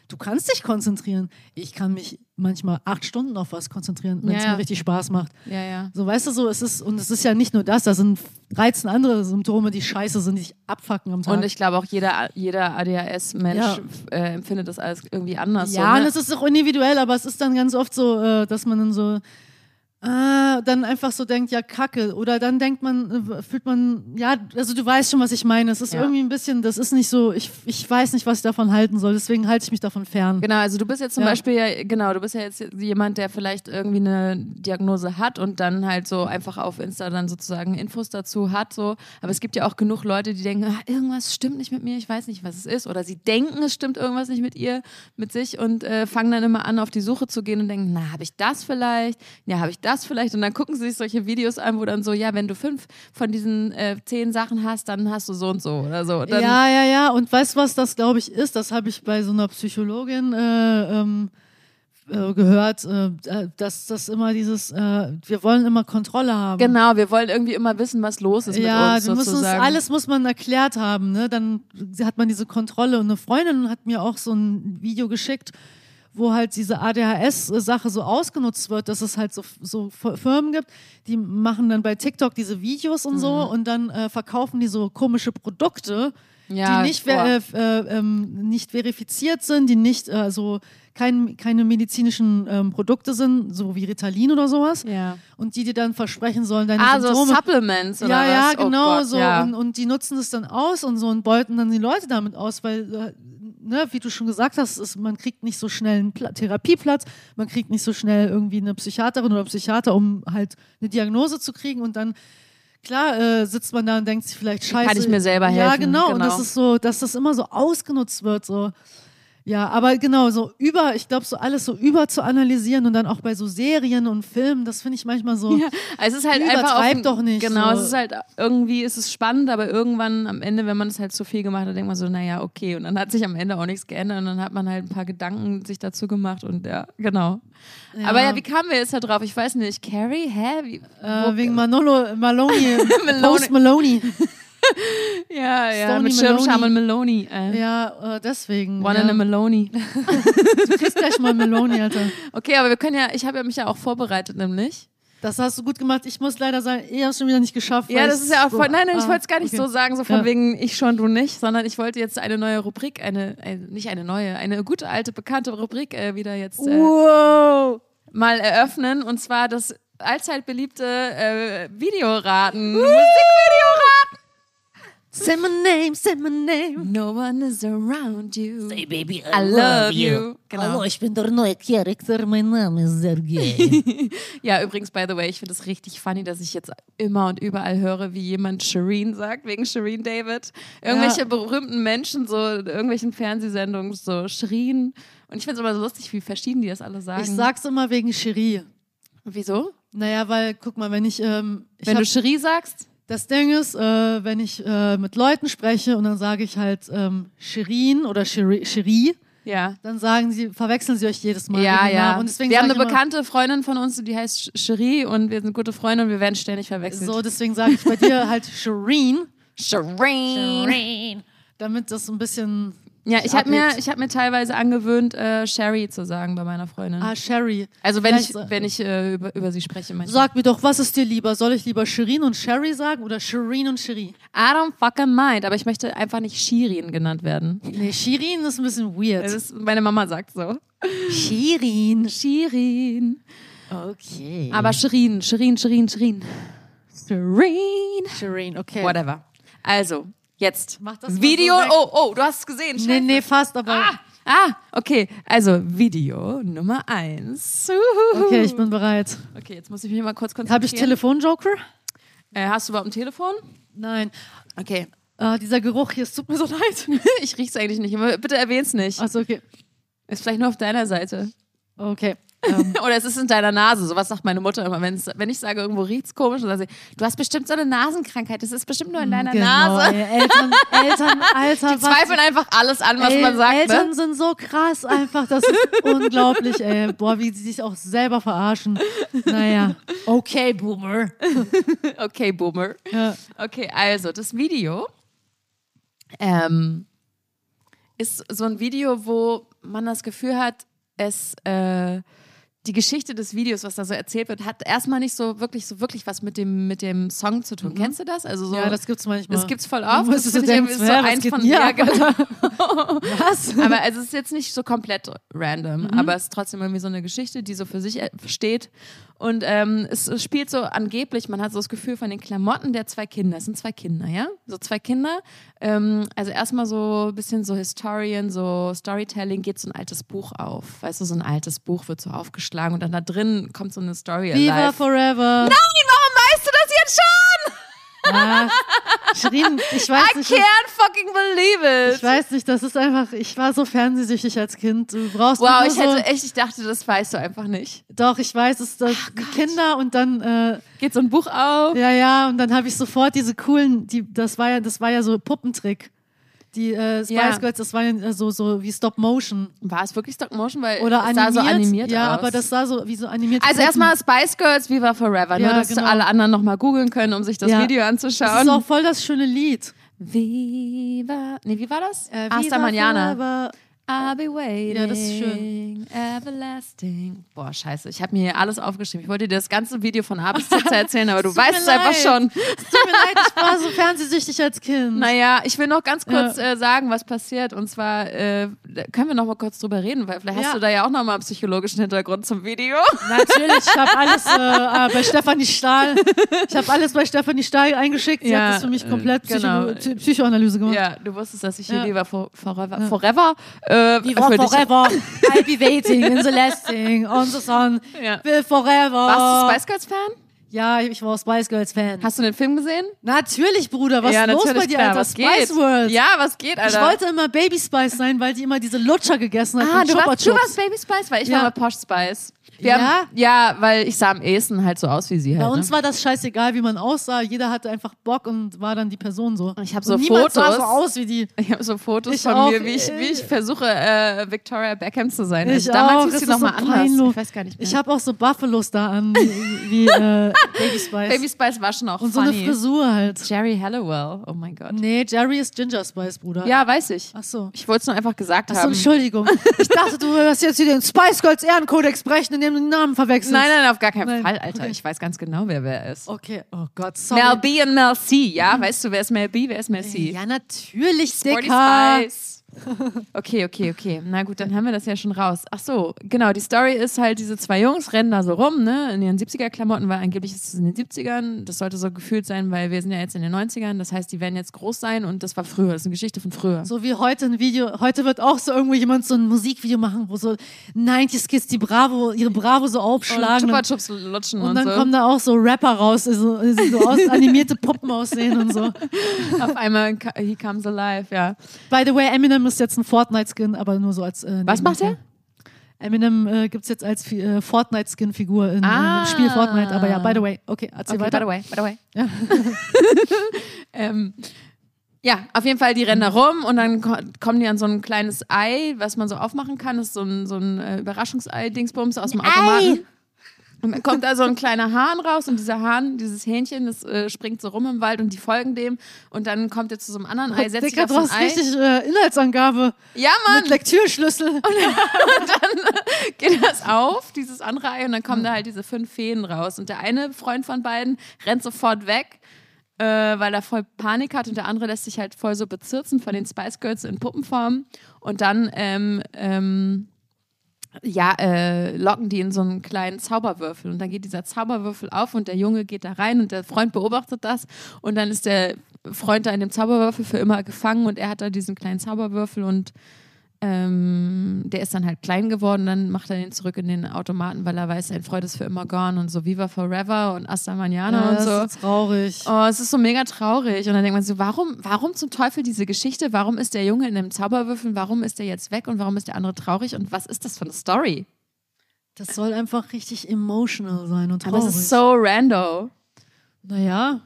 S1: Du kannst dich konzentrieren. Ich kann mich manchmal acht Stunden auf was konzentrieren, wenn es
S2: Ja, ja.
S1: mir richtig Spaß macht.
S2: ja, ja.
S1: So, weißt du, so es ist, und es ist ja nicht nur das, da sind 13 andere Symptome, die scheiße sind, die dich abfacken am Tag.
S2: Und ich glaube auch jeder, jeder ADHS-Mensch
S1: Ja.
S2: äh, empfindet das alles irgendwie anders.
S1: Ja,
S2: so,
S1: und
S2: ne?
S1: es ist auch individuell, aber es ist dann ganz oft so, äh, dass man dann so ah, dann einfach so denkt, ja, Kacke. Oder dann denkt man, äh, fühlt man, ja, also du weißt schon, was ich meine. Es ist
S2: Ja.
S1: irgendwie ein bisschen, das ist nicht so, ich, ich weiß nicht, was ich davon halten soll, deswegen halte ich mich davon fern.
S2: Genau, also du bist jetzt zum
S1: Ja.
S2: Beispiel ja, genau, du bist ja jetzt jemand, der vielleicht irgendwie eine Diagnose hat und dann halt so einfach auf Insta dann sozusagen Infos dazu hat, so. Aber es gibt ja auch genug Leute, die denken, ah, irgendwas stimmt nicht mit mir, ich weiß nicht, was es ist. Oder sie denken, es stimmt irgendwas nicht mit ihr, mit sich und äh, fangen dann immer an, auf die Suche zu gehen und denken, na, habe ich das vielleicht? Ja, habe ich das vielleicht? Und dann gucken sie sich solche Videos an, wo dann so, ja, wenn du fünf von diesen äh, zehn Sachen hast, dann hast du so und so oder so. Dann,
S1: Ja, ja, ja. Und weißt du, was das, glaube ich, ist? Das habe ich bei so einer Psychologin äh, ähm, äh, gehört, äh, dass das immer dieses, äh, wir wollen immer Kontrolle haben.
S2: Genau, wir wollen irgendwie immer wissen, was los ist
S1: ja,
S2: mit uns
S1: wir müssen uns
S2: sozusagen.
S1: alles muss man erklärt haben, ne? Dann hat man diese Kontrolle. Und eine Freundin hat mir auch so ein Video geschickt, wo halt diese ADHS-Sache so ausgenutzt wird, dass es halt so, so F- Firmen gibt, die machen dann bei TikTok diese Videos und so
S2: Mhm.
S1: und dann äh, verkaufen die so komische Produkte,
S2: Ja,
S1: die nicht,
S2: boah.
S1: ver äh, äh, ähm, nicht verifiziert sind, die nicht, äh, also kein, keine medizinischen ähm, Produkte sind, so wie Ritalin oder sowas.
S2: Ja.
S1: Und die dir dann versprechen sollen, deine
S2: Ah, so
S1: Symptome
S2: Supplements oder
S1: ja, ja,
S2: was?
S1: genau
S2: oh Gott,
S1: so.
S2: Ja.
S1: Und, und die nutzen es dann aus und so und beuten dann die Leute damit aus, weil äh, ne, wie du schon gesagt hast, ist, man kriegt nicht so schnell einen Pla Therapieplatz, man kriegt nicht so schnell irgendwie eine Psychiaterin oder Psychiater, um halt eine Diagnose zu kriegen und dann klar äh, sitzt man da und denkt sich vielleicht scheiße.
S2: ich mir selber
S1: Ja,
S2: helfen?
S1: genau. Und
S2: Genau.
S1: das ist so, dass das immer so ausgenutzt wird. So. Ja, aber genau, so über, ich glaube, so alles so über zu analysieren und dann auch bei so Serien und Filmen, das finde ich manchmal so.
S2: Ja, also es ist halt
S1: Übertreib
S2: einfach auf dem-
S1: doch nicht,
S2: Genau,
S1: so.
S2: es ist halt irgendwie ist es spannend, aber irgendwann am Ende, wenn man es halt zu viel gemacht hat, denkt man so, naja, okay. Und dann hat sich am Ende auch nichts geändert und dann hat man halt ein paar Gedanken sich dazu gemacht und ja, genau. Aber ja, wie kamen wir jetzt da drauf? Ich weiß nicht. Carrie, hä? Wie,
S1: Äh, wegen Manolo, Maloney,
S2: Malone.
S1: Post Maloney.
S2: ja, ja,
S1: Stoney
S2: mit Schirmscham
S1: Maloney.
S2: und Maloney. Äh.
S1: Ja, äh, deswegen.
S2: One
S1: ja.
S2: in a Maloney.
S1: Du kriegst gleich mal Maloney, Alter.
S2: Okay, aber wir können ja, ich habe ja mich ja auch vorbereitet, nämlich.
S1: Das hast du gut gemacht. Ich muss leider sagen, ich hab's schon wieder nicht geschafft.
S2: Ja,
S1: weil
S2: das
S1: ich
S2: ist ja auch
S1: so-
S2: voll. Nein, nein, ich
S1: ah,
S2: wollte es gar nicht
S1: okay.
S2: so sagen, so von
S1: Ja.
S2: wegen ich schon, du nicht, sondern ich wollte jetzt eine neue Rubrik, eine, ein- nicht eine neue, eine gute alte bekannte Rubrik äh, wieder jetzt äh,
S1: Uh. Wow.
S2: mal eröffnen und zwar das allzeit beliebte äh, Videoraten,
S1: Uh.
S2: Musikvideoraten.
S1: Say my name, say my name.
S2: No one is around you.
S3: Hey baby,
S2: I
S3: I,
S2: love you.
S3: Hallo,
S2: Genau.
S3: ich bin der neue Charakter. Mein Name ist Sergei.
S2: Ja, übrigens, by the way, ich finde es richtig funny, dass ich jetzt immer und überall höre, wie jemand Shireen sagt, wegen Shireen David. Irgendwelche
S1: Ja.
S2: berühmten Menschen, so in irgendwelchen Fernsehsendungen, so Shireen. Und ich finde es immer so lustig, wie verschieden die das alle sagen.
S1: Ich sag's immer wegen Cherie.
S2: Wieso?
S1: Naja, weil, guck mal, wenn ich, ähm, ich
S2: Wenn
S1: hab,
S2: du Cherie sagst?
S1: das Ding ist, äh, wenn ich äh, mit Leuten spreche und dann sage ich halt ähm, Shirin oder Shiri- Cherie,
S2: Ja.
S1: dann sagen sie, verwechseln sie euch jedes Mal.
S2: Ja,
S1: wegen
S2: ja.
S1: Namen. Und deswegen
S2: wir
S1: sag
S2: haben
S1: ich
S2: eine
S1: immer,
S2: bekannte Freundin von uns, die heißt Ch- Cherie und wir sind gute Freunde und wir werden ständig verwechselt.
S1: So, deswegen sage ich bei dir halt Shireen,
S2: Shireen.
S1: damit das ein bisschen,
S2: Ja, ich habe mir,
S1: Abbiegt.
S2: ich hab mir teilweise angewöhnt, äh, Sherry zu sagen bei meiner Freundin.
S1: ah, Sherry.
S2: Also wenn ich,
S1: Vielleicht so-
S2: wenn ich äh, über, über sie spreche, manchmal.
S1: Sag mir doch, was ist dir lieber? Soll ich lieber Shirin und Sherry sagen oder Shirin und Shiri?
S2: I don't fucking mind, aber ich möchte einfach nicht Shirin genannt werden.
S1: Nee, Shirin ist ein bisschen
S2: Das
S1: weird.
S2: ist, meine Mama sagt so.
S1: Shirin.
S2: Shirin.
S1: Okay.
S2: Aber Shirin, Shirin, Shirin, Shirin. Shirin.
S1: Shirin, okay.
S2: Whatever. Also, jetzt.
S1: Mach das mal
S2: Video.
S1: so weg.
S2: oh, oh, du hast es gesehen.
S1: Nee,
S2: Scheiße.
S1: nee, fast, aber.
S2: Ah, okay. Also, Video Nummer eins. Uhuhu.
S1: Okay, ich bin bereit.
S2: Okay, jetzt muss ich mich mal kurz konzentrieren.
S1: Habe ich Telefonjoker?
S2: Äh, hast du überhaupt ein Telefon?
S1: Nein.
S2: Okay.
S1: Äh, dieser Geruch hier, es tut mir so leid.
S2: ich riech's eigentlich nicht. aber Bitte erwähn's nicht.
S1: Achso, okay.
S2: Ist vielleicht nur auf deiner Seite.
S1: Okay.
S2: Oder es ist in deiner Nase. Sowas sagt meine Mutter immer. Wenn's, wenn ich sage, irgendwo riecht's komisch, dann sagt sie, du hast bestimmt so eine Nasenkrankheit. Das ist bestimmt nur in deiner
S1: genau,
S2: Nase.
S1: Ey, Eltern, Eltern, Alter,
S2: Die zweifeln einfach alles an, was
S1: ey,
S2: man sagt.
S1: Eltern
S2: Ne?
S1: sind so krass einfach, das ist unglaublich, ey. Boah, wie sie sich auch selber verarschen. Naja. Okay, Boomer.
S2: Okay, Boomer.
S1: Ja.
S2: Okay, also das Video ähm, ist so ein Video, wo man das Gefühl hat, es äh, die Geschichte des Videos, was da so erzählt wird, hat erstmal nicht so wirklich so wirklich was mit dem mit dem Song zu tun. Kennst du das? Also so
S1: Mhm. ja, das gibt's manchmal.
S2: das gibt's voll oft.
S1: Wo
S2: Das
S1: es so
S2: finde ich
S1: denkst,
S2: irgendwie so
S1: hä, was
S2: eins
S1: geht
S2: von
S1: denn hier
S2: ja,
S1: ab?
S2: genau.
S1: Was? Mhm.
S2: Aber also es ist jetzt nicht so komplett random, aber es ist trotzdem irgendwie so eine Geschichte, die so für sich äh, steht. Und ähm, es es spielt so angeblich, man hat so das Gefühl von den Klamotten der zwei Kinder. Es sind zwei Kinder, ja? So zwei Kinder. Ähm, also erstmal so ein bisschen so Historian, so Storytelling, geht so ein altes Buch auf. Weißt du, so ein altes Buch wird so aufgeschlagen und dann da drin kommt so eine Story
S1: Viva
S2: alive.
S1: Forever.
S2: Nein, warum weißt du das jetzt schon?
S1: Ja. Shirin, ich weiß
S2: I
S1: nicht.
S2: can't fucking believe it.
S1: Ich weiß nicht, das ist einfach, ich war so fernsehsüchtig als Kind. Du brauchst
S2: Wow,
S1: nur
S2: ich
S1: so,
S2: hätte echt, ich dachte, das weißt du einfach nicht.
S1: Doch, ich weiß, es ist das Kinder und dann, äh,
S2: Geht so ein Buch auf.
S1: ja, ja, und dann habe ich sofort diese coolen, die, das war ja, das war ja so Puppentrick. Die äh, Spice
S2: Ja.
S1: Girls, das war ja äh, so, so wie Stop Motion.
S2: War es wirklich Stop Motion? Weil
S1: Oder
S2: es
S1: animiert.
S2: sah so animiert
S1: ja,
S2: aus.
S1: aber das sah so wie so animiert.
S2: also erstmal Spice Girls Viva Forever, nur
S1: Ja,
S2: dass
S1: genau.
S2: alle anderen nochmal googeln können, um sich das
S1: Ja.
S2: Video
S1: Das ist auch
S2: anzuschauen.
S1: voll das schöne Lied.
S2: Viva. Nee, wie war das?
S1: Äh,
S2: Hasta
S1: Viva
S2: Manana.
S1: Forever.
S2: I'll be waiting.
S1: Ja, das ist schön.
S2: Everlasting. Boah, scheiße. Ich habe mir hier alles aufgeschrieben. Ich wollte dir das ganze Video von A bis Z erzählen, aber du
S1: Tut mir
S2: weißt es einfach
S1: leid.
S2: schon.
S1: Es tut mir leid, ich war so fernsehsüchtig als Kind.
S2: Naja, ich will noch ganz kurz äh, sagen, was passiert. Und zwar äh, da können wir noch mal kurz drüber reden, weil vielleicht
S1: Ja.
S2: hast du da ja auch noch mal einen psychologischen Hintergrund zum Video.
S1: Natürlich, ich habe alles äh, äh, bei Stefanie Stahl. Ich habe alles bei Stefanie Stahl eingeschickt. Sie
S2: Ja,
S1: hat das für mich
S2: äh,
S1: komplett
S2: genau.
S1: Psycho Psy- Psychoanalyse gemacht.
S2: Ja, du wusstest, dass ich hier
S1: Ja.
S2: lieber for, forever, forever, äh, für dich-
S1: I'll be waiting in the lasting, on the sun,
S2: Ja.
S1: will forever.
S2: Warst du Spice Girls Fan?
S1: Ja, ich war Spice Girls Fan.
S2: Hast du den Film gesehen?
S1: natürlich, Bruder, was
S2: ja,
S1: ist los
S2: natürlich,
S1: bei dir,
S2: klar.
S1: Alter?
S2: Was
S1: Spice
S2: geht?
S1: World.
S2: Ja, was geht,
S1: ich
S2: Alter?
S1: wollte immer Baby Spice sein, weil die immer diese Lutscher gegessen hat.
S2: Ah,
S1: mit
S2: du
S1: Chupa
S2: warst, du
S1: Chups.
S2: warst Baby Spice, weil ich
S1: Ja.
S2: war mal Posh Spice.
S1: Ja?
S2: Haben, ja, weil ich sah am ehesten halt so aus wie sie halt.
S1: Bei uns
S2: ne?
S1: war das scheißegal, wie man aussah. Jeder hatte einfach Bock und war dann die Person so.
S2: Ich hab
S1: Und
S2: so
S1: niemand sah
S2: Fotos.
S1: so aus wie die.
S2: Ich habe so Fotos
S1: Ich
S2: von
S1: auch.
S2: mir, wie ich, wie ich versuche, äh, Victoria Beckham zu sein.
S1: Ich
S2: also, damals
S1: auch.
S2: hieß
S1: Es
S2: sie
S1: ist
S2: nochmal
S1: so
S2: anders.
S1: peinlich.
S2: Ich weiß gar nicht mehr.
S1: Ich habe auch so Buffalos da an, wie, wie äh, Baby Spice.
S2: Baby Spice war schon auch
S1: und so eine
S2: funny.
S1: Frisur halt.
S2: Jerry Halliwell, oh mein Gott.
S1: Nee, Jerry ist Ginger Spice, Bruder.
S2: Ja, weiß ich.
S1: Ach so.
S2: Ich wollte es nur einfach gesagt
S1: Ach so,
S2: haben.
S1: Entschuldigung. Ich dachte, du wirst jetzt hier den Spice Girls Ehrenkodex brechen, indem du den Namen verwechselst.
S2: Nein, nein, auf gar keinen
S1: Nein.
S2: Fall, Alter.
S1: Okay.
S2: Ich weiß ganz genau, wer wer ist.
S1: Okay. Oh Gott, sorry.
S2: Mel B und Mel C, ja? Weißt du, wer ist Mel B, wer ist Mel C?
S1: Ja, natürlich,
S2: Sporty
S1: Dicker.
S2: Spice. Okay, okay, okay. Na gut, dann haben wir das ja schon raus. Ach so, genau. Die Story ist halt, diese zwei Jungs rennen da so rum, ne, in ihren 70er-Klamotten, weil angeblich ist es in den 70ern. Das sollte so gefühlt sein, weil wir sind ja jetzt in den 90ern. Das heißt, die werden jetzt groß sein und das war früher. Das ist eine Geschichte von früher.
S1: So wie heute ein Video, heute wird auch so irgendwo jemand so ein Musikvideo machen, wo so 90s Kids die Bravo, ihre Bravo so aufschlagen.
S2: Chupa
S1: Und,
S2: Chups lutschen und,
S1: und dann
S2: so.
S1: kommen da auch so Rapper raus, die so, die so aus, animierte Puppen aussehen und so.
S2: Auf einmal, ka- he comes alive, ja.
S1: By the way, Eminem ist jetzt ein Fortnite-Skin, aber nur so als. Äh,
S2: Was macht er?
S1: Eminem äh, gibt es jetzt als Fi- äh, Fortnite-Skin-Figur in,
S2: Ah.
S1: in dem Spiel Fortnite, aber ja, by the way. Okay, erzähl
S2: Okay,
S1: weiter.
S2: by the way, by the way. Ja. ähm, ja, auf jeden Fall, die rennen da rum und dann ko kommen die an so ein kleines Ei, was man so aufmachen kann. Das ist so ein, so ein äh, Überraschungsei-Dingsbums aus dem
S3: Ein Ei.
S2: Automaten. Und dann kommt da so ein kleiner Hahn raus und dieser Hahn, dieses Hähnchen, das äh, springt so rum im Wald und die folgen dem. Und dann kommt er zu so einem anderen Ei, setzt sich
S1: Dicker,
S2: auf
S1: du
S2: so ein
S1: hast
S2: Ei.
S1: richtig äh, Inhaltsangabe
S2: Ja, Mann!
S1: mit Lektürschlüssel.
S2: geht das auf, dieses andere Ei, und dann kommen da halt diese fünf Feen raus. Und der eine Freund von beiden rennt sofort weg, äh, weil er voll Panik hat und der andere lässt sich halt voll so bezirzen von den Spice Girls in Puppenform. Und dann, ähm, ähm, ja, äh, locken die in so einen kleinen Zauberwürfel. Und dann geht dieser Zauberwürfel auf und der Junge geht da rein und der Freund beobachtet das. Und dann ist der Freund da in dem Zauberwürfel für immer gefangen und er hat da diesen kleinen Zauberwürfel und ähm, der ist dann halt klein geworden, dann macht er den zurück in den Automaten, weil er weiß, sein Freund ist für immer gone und so Viva Forever und Asta Manana
S1: Ja,
S2: und
S1: das
S2: so.
S1: ist traurig.
S2: Oh, es ist so mega traurig. Und dann denkt man so, warum, warum zum Teufel diese Geschichte? Warum ist der Junge in einem Zauberwürfel? Warum ist der jetzt weg und warum ist der andere traurig? Und was ist das für eine Story?
S1: Das soll einfach richtig emotional sein und
S2: Aber
S1: traurig.
S2: es ist so rando.
S1: naja,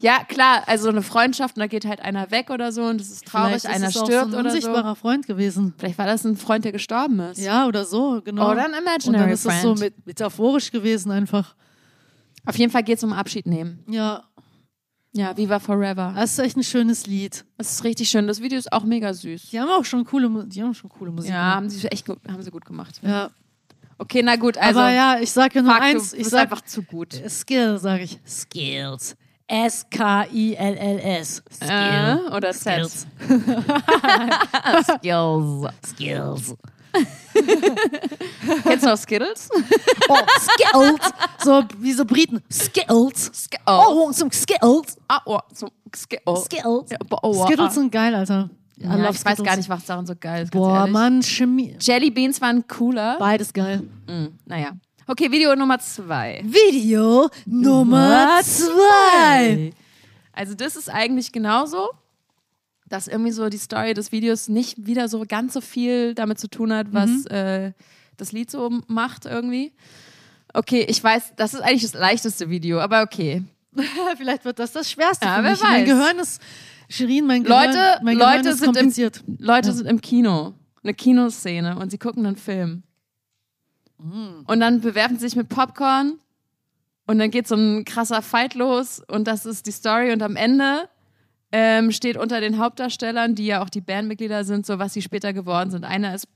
S2: Ja, klar, also eine Freundschaft und da geht halt einer weg oder so und es ist traurig,
S1: vielleicht
S2: einer
S1: ist es auch
S2: stirbt
S1: so ein
S2: oder so.
S1: unsichtbarer Freund gewesen.
S2: Vielleicht war das ein Freund, der gestorben ist.
S1: Ja, oder so, genau.
S2: Oder ein
S1: und
S2: Imaginary
S1: dann ist es
S2: Friend.
S1: so mit, metaphorisch gewesen einfach.
S2: Auf jeden Fall geht es um Abschied nehmen.
S1: Ja,
S2: Ja, Viva Forever.
S1: das ist echt ein schönes Lied.
S2: Das ist richtig schön. Das Video ist auch mega süß.
S1: Die haben auch schon coole, Mu- die haben schon coole Musik.
S2: Ja,
S1: gemacht.
S2: haben sie echt gut, haben sie gut gemacht.
S1: ja.
S2: Okay, na gut, also
S1: aber ja, ich sage nur
S2: fuck,
S1: eins,
S2: du
S1: ich
S2: bist
S1: sag
S2: einfach zu gut.
S1: Skill, sage ich. Skills. S-K-I-L-L-S.
S2: Äh,
S3: Uh,
S2: oder Sets.
S3: Skills.
S2: Skills.
S3: Skills.
S2: Kennst du noch Skittles?
S1: Oh, Skills. So wie so Briten. Skills.
S2: Sk
S3: Oh,
S2: oh.
S3: want some Skittles?
S2: Ah, oh. So, Sk oh.
S3: Skittles.
S2: Ja, bo- oh,
S1: Skittles
S2: ah.
S1: sind geil, Alter. I
S2: ja,
S1: love
S2: ich weiß
S1: Skittles.
S2: gar nicht, was daran so geil ist. ganz
S1: Boah,
S2: ehrlich.
S1: Mann, Chemie.
S2: Jelly Beans waren cooler.
S1: Beides geil.
S2: Naja. Okay, Video Nummer zwei.
S1: Video Nummer zwei.
S2: Also das ist eigentlich genauso, dass irgendwie so die Story des Videos nicht wieder so ganz so viel damit zu tun hat, was äh, das Lied so macht irgendwie. Okay, ich weiß, das ist eigentlich das leichteste Video, aber okay.
S1: Vielleicht wird das das Schwerste
S2: Ja,
S1: für
S2: wer
S1: mich. Mein
S2: weiß.
S1: Gehirn ist, Shirin, mein Gehirn,
S2: Leute,
S1: mein Gehirn
S2: Leute,
S1: ist
S2: sind,
S1: kompliziert.
S2: im, Leute sind im Kino. Eine Kinoszene und sie gucken einen Film. Und dann bewerfen sie sich mit Popcorn und dann geht so ein krasser Fight los und das ist die Story und am Ende ähm, steht unter den Hauptdarstellern, die ja auch die Bandmitglieder sind, so was sie später geworden sind. Einer ist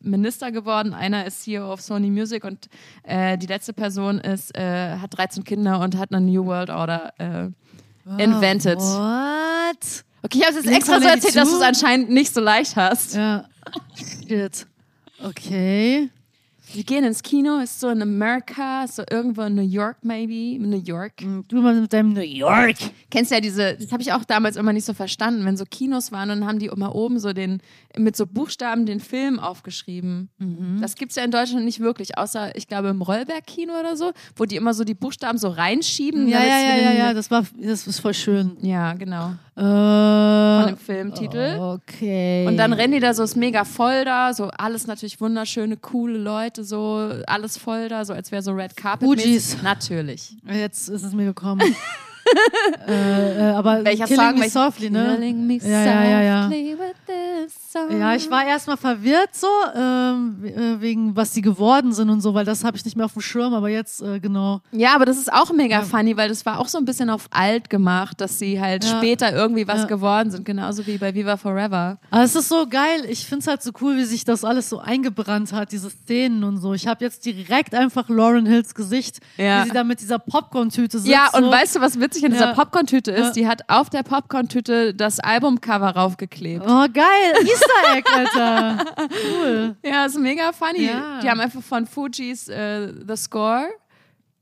S2: Minister geworden, einer ist CEO of Sony Music und äh, die letzte Person ist, äh, hat 13 Kinder und hat eine New World Order äh, invented.
S1: Oh, What?
S2: Okay, ich habe es jetzt
S1: Links
S2: extra so
S1: Lady
S2: erzählt, dass
S1: Two?
S2: du es anscheinend nicht so leicht hast.
S1: Ja. Shit. Okay.
S2: Wir gehen ins Kino, ist so in Amerika, ist so irgendwo in New York, maybe. New York.
S1: Du mal mit deinem New York.
S2: Kennst ja diese, das habe ich auch damals immer nicht so verstanden, wenn so Kinos waren und dann haben die immer oben so den, mit so Buchstaben den Film aufgeschrieben.
S1: Mhm.
S2: Das gibt's ja in Deutschland nicht wirklich, außer ich glaube im Rollberg-Kino oder so, wo die immer so die Buchstaben so reinschieben.
S1: Ja, ja,
S2: damit's
S1: ja,
S2: für
S1: ja,
S2: den-
S1: ja, das war, das ist voll schön.
S2: Ja, genau.
S1: Äh,
S2: Von
S1: Oh.
S2: dem Filmtitel.
S1: Okay.
S2: Und dann rennen die da so, ist mega voll da, so alles natürlich wunderschöne, coole Leute, so alles voll da, so als wäre so Red Carpet.
S1: Fujis.
S2: Natürlich.
S1: Jetzt ist es mir gekommen. äh, äh, aber
S2: Welcher
S1: Killing
S2: Song?
S1: Me
S2: Welch-
S1: Softly, ne?
S2: Killing me
S1: Ja, ja, ja, ja.
S2: softly with this song.
S1: Ja, ich war erstmal verwirrt so, ähm, we- äh, wegen was die geworden sind und so, weil das habe ich nicht mehr auf dem Schirm, aber jetzt, äh, genau.
S2: Ja, aber das ist auch mega funny, weil das war auch so ein bisschen auf alt gemacht, dass sie halt
S1: Ja.
S2: später irgendwie was
S1: Ja.
S2: geworden sind, genauso wie bei Viva Forever.
S1: Aber es ist so geil. Ich finde es halt so cool, wie sich das alles so eingebrannt hat, diese Szenen und so. Ich habe jetzt direkt einfach Lauren Hills Gesicht,
S2: Ja.
S1: wie sie da mit dieser Popcorn-Tüte sitzt.
S2: Ja, und
S1: so.
S2: weißt du, was witzig an dieser
S1: Ja.
S2: Popcorn-Tüte ist?
S1: Ja.
S2: Die hat auf der Popcorn-Tüte das Albumcover raufgeklebt.
S1: Oh, geil. Easter Egg, Alter. Cool.
S2: Oh. Ja, ist mega funny.
S1: Ja.
S2: Die haben einfach von Fuji's äh, The Score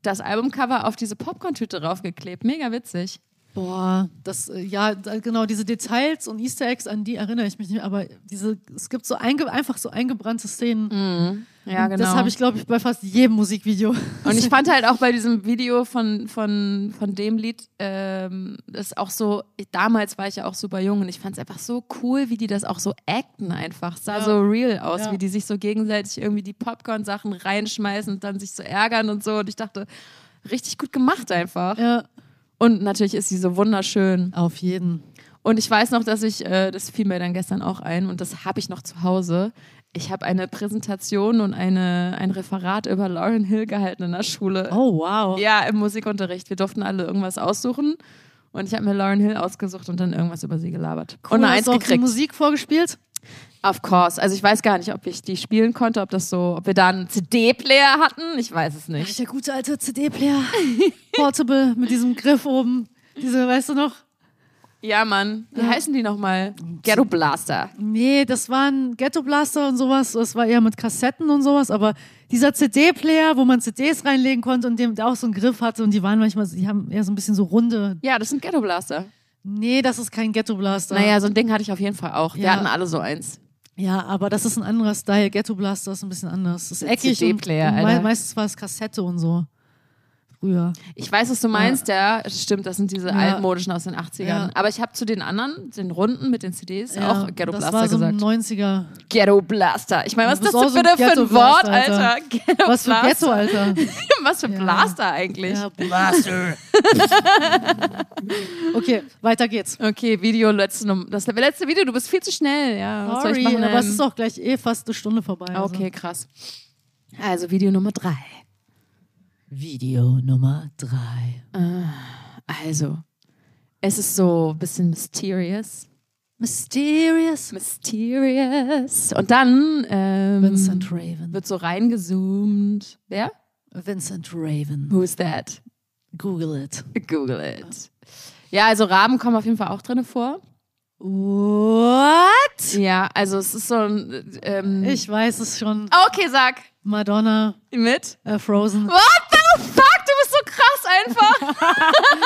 S2: das Albumcover auf diese Popcorn-Tüte raufgeklebt. Mega witzig.
S1: Boah, das, äh, ja, da- genau, diese Details und Easter Eggs, an die erinnere ich mich nicht mehr, aber diese, es gibt so einge, einfach so eingebrannte Szenen.
S2: Ja, Mhm, genau.
S1: Das habe ich, glaube ich, bei fast jedem Musikvideo.
S2: Und ich fand halt auch bei diesem Video von, von, von dem Lied, ähm, das auch so, ich, damals war ich ja auch super jung und ich fand es einfach so cool, wie die das auch so acten einfach. Es sah
S1: Ja.
S2: so real aus,
S1: Ja.
S2: wie die sich so gegenseitig irgendwie die Popcorn-Sachen reinschmeißen und dann sich so ärgern und so. Und ich dachte, richtig gut gemacht einfach.
S1: Ja,
S2: Und natürlich ist sie so wunderschön.
S1: auf jeden.
S2: Und ich weiß noch, dass ich, äh, das fiel mir dann gestern auch ein und das habe ich noch zu Hause. Ich habe eine Präsentation und eine, ein Referat über Lauren Hill gehalten in der Schule.
S1: Oh, wow.
S2: Ja, im Musikunterricht. Wir durften alle irgendwas aussuchen. Und ich habe mir Lauren Hill ausgesucht und dann irgendwas über sie gelabert. und eine
S1: hast
S2: Eins
S1: du auch die
S2: gekriegt.
S1: Musik vorgespielt?
S2: Of course. Also ich weiß gar nicht, ob ich die spielen konnte, ob das so, ob wir da einen CD-Player hatten. Ich weiß es nicht.
S1: Echt der gute alte CD-Player. Portable mit diesem Griff oben. Diese, weißt du noch?
S2: Ja, Mann. Wie heißen die nochmal? Ghetto Blaster.
S1: Nee, das waren Ghetto Blaster und sowas. Das war eher mit Kassetten und sowas. Aber dieser CD-Player, wo man CDs reinlegen konnte und dem der auch so einen Griff hatte und die waren manchmal, die haben eher so ein bisschen so runde.
S2: Ja, das sind Ghetto Blaster.
S1: Nee, das ist kein Ghetto Blaster.
S2: Naja, so ein Ding hatte ich auf jeden Fall auch. Wir
S1: Ja.
S2: hatten alle so eins.
S1: Ja, aber das ist ein anderer Style. Ghetto Blaster ist ein bisschen anders. Das ist eckig.
S2: CD-Player,
S1: und, und
S2: Alter.
S1: mei- meistens war es Kassette und so. Früher.
S2: Ich weiß, was du meinst, ja. Stimmt, das sind diese altmodischen aus den 80ern.
S1: Ja.
S2: Aber ich habe zu den anderen, den runden mit den CDs,
S1: Ja,
S2: auch Ghetto
S1: das
S2: Blaster
S1: war so
S2: gesagt.
S1: ein 90er.
S2: Ghetto Blaster. Ich meine, was
S1: Du
S2: ist
S1: bist
S2: das
S1: auch so ein
S2: bitte für
S1: Ghetto
S2: ein Wort,
S1: Blaster, Alter.
S2: Alter? Ghetto
S1: Was für Ghetto,
S2: Blaster.
S1: Alter.
S2: Was für Blaster eigentlich?
S1: Ja, Blaster. okay, weiter geht's.
S2: Okay, Video, letzte, Num- das letzte Video, du bist viel zu schnell. Ja, was soll
S1: Sorry,
S2: ich machen?
S1: aber es
S2: Ähm,
S1: ist auch gleich eh fast eine Stunde vorbei. Also.
S2: Okay, krass. Also Video Nummer drei.
S1: Video Nummer drei.
S2: Also, es ist so ein bisschen mysterious.
S1: Mysterious
S2: Mysterious. Und dann ähm,
S1: Vincent Raven.
S2: wird so reingezoomt. Wer?
S1: Vincent Raven.
S2: Who's that?
S1: Google it.
S2: Google it. Ja, also Raben kommen auf jeden Fall auch drin vor.
S1: What?
S2: Ja, also es ist so ein. Ähm,
S1: Ich weiß es schon.
S2: okay, sag.
S1: Madonna,
S2: Mit?
S1: äh, Frozen.
S2: What the fuck? Du bist so krass einfach.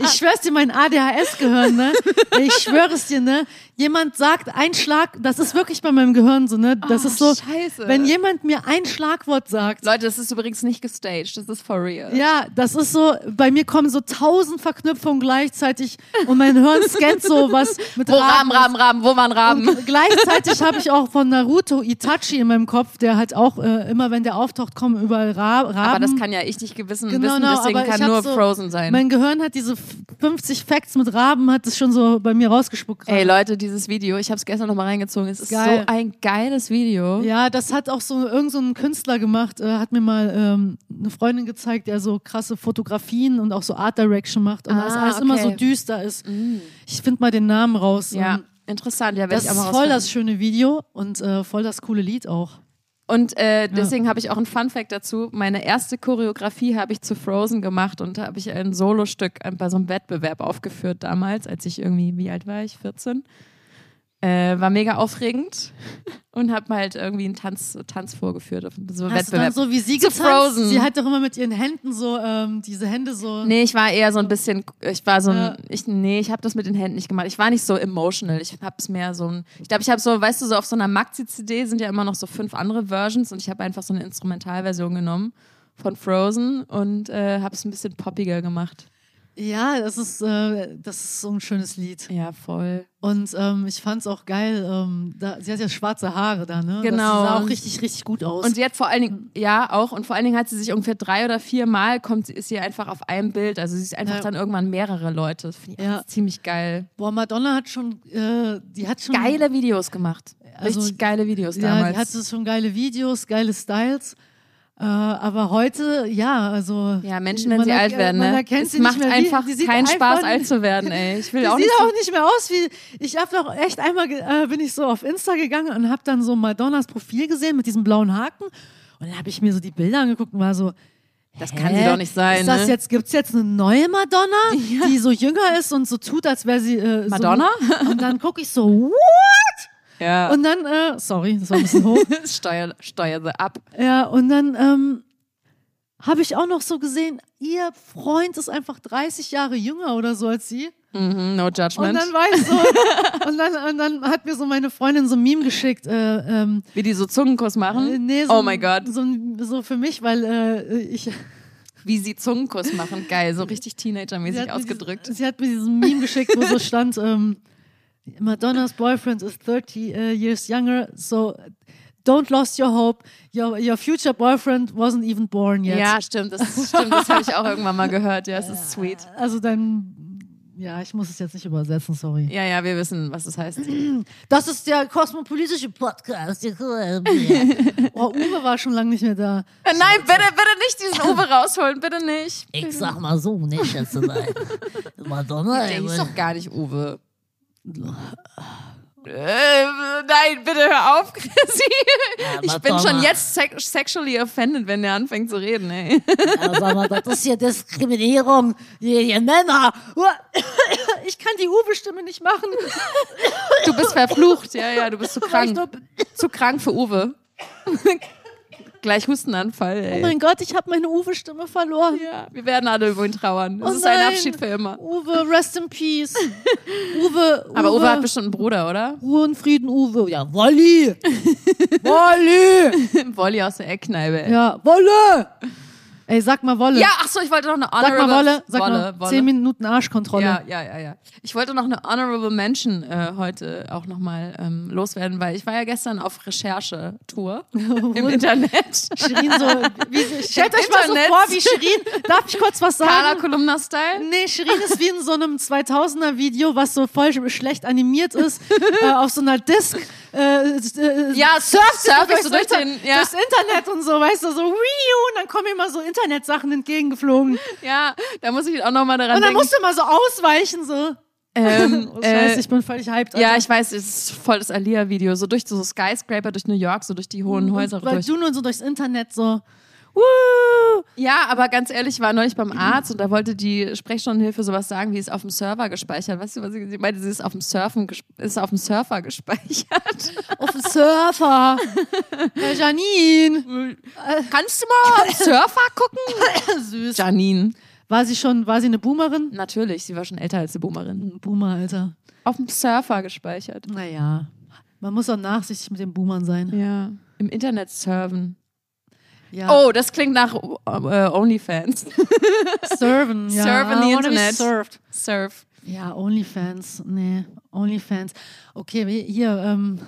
S1: Ich schwör's dir, mein ADHS-Gehirn, ne? Ich schwör's dir, ne? Jemand sagt ein Schlag, das ist wirklich bei meinem Gehirn so, ne? Das
S2: Oh,
S1: ist so,
S2: scheiße.
S1: wenn jemand mir ein Schlagwort sagt,
S2: Leute, das ist übrigens nicht gestaged. Das ist for real.
S1: ja, das ist so, bei mir kommen so tausend Verknüpfungen gleichzeitig und mein Hirn scannt so was mit
S2: Wo Raben, Raben, Raben, wo waren Raben?
S1: Und gleichzeitig habe ich auch von Naruto Itachi in meinem Kopf, der halt auch äh, immer, wenn der auftaucht, kommen überall Ra Raben.
S2: Aber das kann ja ich nicht gewissen
S1: Genau,
S2: wissen,
S1: genau,
S2: deswegen
S1: aber ich
S2: kann
S1: hab
S2: nur
S1: so-
S2: Frozen sein.
S1: Mein Gehirn hat diese f- fünf, 50 Facts mit Raben hat das schon so bei mir rausgespuckt.
S2: Ey
S1: gerade.
S2: Leute, dieses Video, ich habe es gestern nochmal reingezogen. Es ist
S1: Geil.
S2: so ein geiles Video.
S1: Ja, das hat auch so irgend so ein Künstler gemacht, äh, hat mir mal ähm, eine Freundin gezeigt, der so krasse Fotografien und auch so Art Direction macht und
S2: Ah,
S1: das alles immer so
S2: okay.
S1: düster ist.
S2: Mm.
S1: Ich finde mal den Namen raus.
S2: Ja,
S1: Ähm,
S2: interessant. Ja, werd
S1: Das
S2: ich
S1: ist
S2: auch mal
S1: voll
S2: rausfinden.
S1: das schöne Video und äh, voll das coole Lied auch.
S2: Und äh, deswegen habe ich auch einen Fun Fact dazu. Meine erste Choreografie habe ich zu Frozen gemacht und habe ich ein Solostück bei so einem Wettbewerb aufgeführt damals, als ich irgendwie, wie alt war ich? 14. Äh, war mega aufregend und habe halt irgendwie einen Tanz, Tanz vorgeführt auf so einem
S1: Hast du dann
S2: Wettbewerb.
S1: so wie sie
S2: Zu
S1: getanzt?
S2: Frozen.
S1: Sie hat doch immer mit ihren Händen so, ähm, diese Hände so.
S2: Nee, ich war eher so ein bisschen, ich war so ein,
S1: Ja.
S2: ich, nee, ich habe das mit den Händen nicht gemacht. Ich war nicht so emotional. Ich habe es mehr so ein, ich glaube, ich habe so, weißt du, so auf so einer Maxi-CD sind ja immer noch so fünf andere Versions und ich habe einfach so eine Instrumentalversion genommen von Frozen und äh, habe es ein bisschen poppiger gemacht.
S1: Ja, das ist, äh, das ist so ein schönes Lied.
S2: Ja, voll.
S1: Und ähm, ich fand's auch geil. Ähm, da, sie hat ja schwarze Haare da, ne?
S2: Genau.
S1: Das sah auch richtig, richtig gut aus.
S2: Und sie hat vor allen Dingen, ja, auch, und vor allen Dingen hat sie sich ungefähr drei oder vier Mal, kommt, sie- ist sie einfach auf einem Bild. Also sie ist einfach
S1: Ja.
S2: dann irgendwann mehrere Leute. Das Finde ich
S1: Ja.
S2: auch ziemlich geil.
S1: Boah, Madonna hat schon, äh, die hat schon
S2: Geile Videos gemacht.
S1: Also-
S2: Richtig geile Videos
S1: Ja,
S2: damals.
S1: die hatte schon geile Videos, geile Styles. Äh, aber heute, ja, also.
S2: Ja, Menschen, wenn
S1: man
S2: sie
S1: erk-
S2: alt werden, ne?
S1: Man erkennt
S2: es
S1: sie
S2: macht
S1: nicht mehr.
S2: einfach
S1: wie, die sieht
S2: keinen
S1: einfach,
S2: Spaß, alt zu werden, ey. Ich will
S1: Die
S2: auch
S1: sieht
S2: nicht.
S1: auch nicht mehr aus wie. Ich hab doch echt einmal, ge- äh, bin ich so auf Insta gegangen und hab dann so Madonnas Profil gesehen mit diesem blauen Haken. Und dann hab ich mir so die Bilder angeguckt und war so.
S2: das
S1: hä?
S2: kann sie doch nicht sein.
S1: Ist das
S2: ne?
S1: jetzt, gibt's jetzt eine neue Madonna, die so jünger ist und so tut, als wäre sie. Äh,
S2: Madonna?
S1: So, und dann gucke ich so, what?
S2: Ja.
S1: Und dann, äh, sorry, das war ein bisschen hoch.
S2: steuer, steuer sie ab.
S1: Ja, und dann ähm, habe ich auch noch so gesehen, ihr Freund ist einfach 30 Jahre jünger oder so als sie.
S2: Mhm, no
S1: Und
S2: judgment.
S1: dann war ich so, und dann, und dann hat mir so meine Freundin so ein Meme geschickt, äh, ähm,
S2: Wie die so Zungenkuss
S1: äh,
S2: machen.
S1: nee, so,
S2: oh
S1: ein-
S2: mein Gott.
S1: So, ein- so für mich, weil äh, ich
S2: Wie sie Zungenkuss machen. Geil, so richtig
S1: sie
S2: teenagermäßig
S1: hat, mir
S2: ausgedrückt.
S1: Diesen, sie hat mir diesen Meme geschickt, wo so stand, ähm, Madonna's boyfriend is 30 äh, years younger, so don't lost your hope, your, your future boyfriend wasn't even born yet.
S2: Ja, stimmt, das stimmt. Das habe ich auch irgendwann mal gehört. Ja, es ist sweet.
S1: Also dein. Ja, ich muss es jetzt nicht übersetzen, sorry.
S2: Ja, ja, wir wissen, was das heißt. Äh,
S1: Das ist
S3: uh,
S1: der kosmopolitische Podcast. Oh, Uwe war schon lange nicht mehr da.
S2: Nein, bitte, bitte nicht diesen Uwe rausholen, bitte nicht.
S4: Ich sag mal so, ne, Schätzelein. Madonna,
S2: Der
S4: ey,
S2: hieß doch gar nicht Uwe. Äh, nein, bitte hör auf, Chrissy. Ich bin schon jetzt sex- sexually offended, wenn der anfängt zu reden, ey.
S4: Ja, sag mal, das ist ja Diskriminierung. Ihr ihr Männer.
S1: Uah, Ich kann die Uwe-Stimme nicht machen.
S2: Du bist verflucht, ja, ja, du bist zu
S1: weil ich
S2: krank.
S1: nur-
S2: Zu krank für Uwe. Gleich Hustenanfall,
S1: Oh
S2: ey.
S1: mein Gott, ich habe meine Uwe-Stimme verloren.
S2: Ja, wir werden alle über ihn trauern. Das
S1: Oh
S2: ist ein
S1: nein.
S2: Abschied für immer.
S1: Uwe, rest in peace. Uwe, Uwe.
S2: Aber Uwe hat bestimmt einen Bruder, oder?
S1: Ruhe und Frieden, Uwe. Ja, Wolli. Wolli.
S2: Wolli aus der Eckkneipe, ey.
S1: Ja, Wolle. Ey, sag mal Wolle.
S2: Ja, ach so, ich wollte noch eine
S1: Sag
S2: Honorable...
S1: mal Wolle. Sag
S2: Wolle,
S1: mal
S2: Wolle.
S1: 10 Minuten Arschkontrolle.
S2: Ja, ja, ja, ja. Ich wollte noch eine Honorable Mention äh, heute auch nochmal ähm, loswerden, weil ich war ja gestern auf Recherchetour im Internet.
S1: Shirin so, wie, stellt
S2: Im
S1: euch mal so
S2: Internet.
S1: vor, wie Shirin, darf ich kurz was
S2: Carla
S1: sagen?
S2: Kolumna-Style.
S1: Nee, Shirin ist wie in so einem 2000er Video, was so voll sch- schlecht animiert ist, äh, auf so einer Disc. Äh, äh,
S2: Ja, surf, surf
S1: durchs
S2: ich so durch
S1: Inter-
S2: den. Ja,
S1: Durchs Internet und so, weißt du, so, wiu, und dann kommen immer so Internetsachen entgegengeflogen.
S2: ja, da muss ich auch nochmal daran
S1: Und dann
S2: denken.
S1: musst du mal so ausweichen, so.
S2: Ähm,
S1: oh,
S2: äh,
S1: scheiße, ich bin völlig hyped.
S2: ja,
S1: Alter.
S2: ich weiß, es ist voll das Alia-Video. So durch so Skyscraper, durch New York, so durch die hohen Häuser.
S1: Also, Weil
S2: Durch.
S1: du nur so durchs Internet so, wuh,
S2: Ja, aber ganz ehrlich, ich war neulich beim Arzt und da wollte die Sprechstundenhilfe sowas sagen, wie ist auf dem Server gespeichert. Weißt du, was sie sie meinte? Sie ist auf dem Surfen, ges- ist auf dem Surfer gespeichert.
S1: auf dem Surfer. Äh, Janine.
S2: Kannst du mal Surfer gucken?
S1: Süß.
S2: Janine.
S1: War sie schon, war sie eine Boomerin?
S2: Natürlich, sie war schon älter als die Boomerin.
S1: Boomer, Alter.
S2: Auf dem Surfer gespeichert.
S1: Naja. Man muss auch nachsichtig mit den Boomern sein.
S2: Ja. Im Internet surfen.
S1: Ja.
S2: Oh, das klingt nach äh, Onlyfans.
S1: Surfen. Ja.
S2: Surfen
S1: I wanna
S2: the
S1: be
S2: Internet.
S1: Surfed.
S2: Surf.
S1: Ja, Onlyfans. Nee, Onlyfans. Okay, wir- hier, ähm,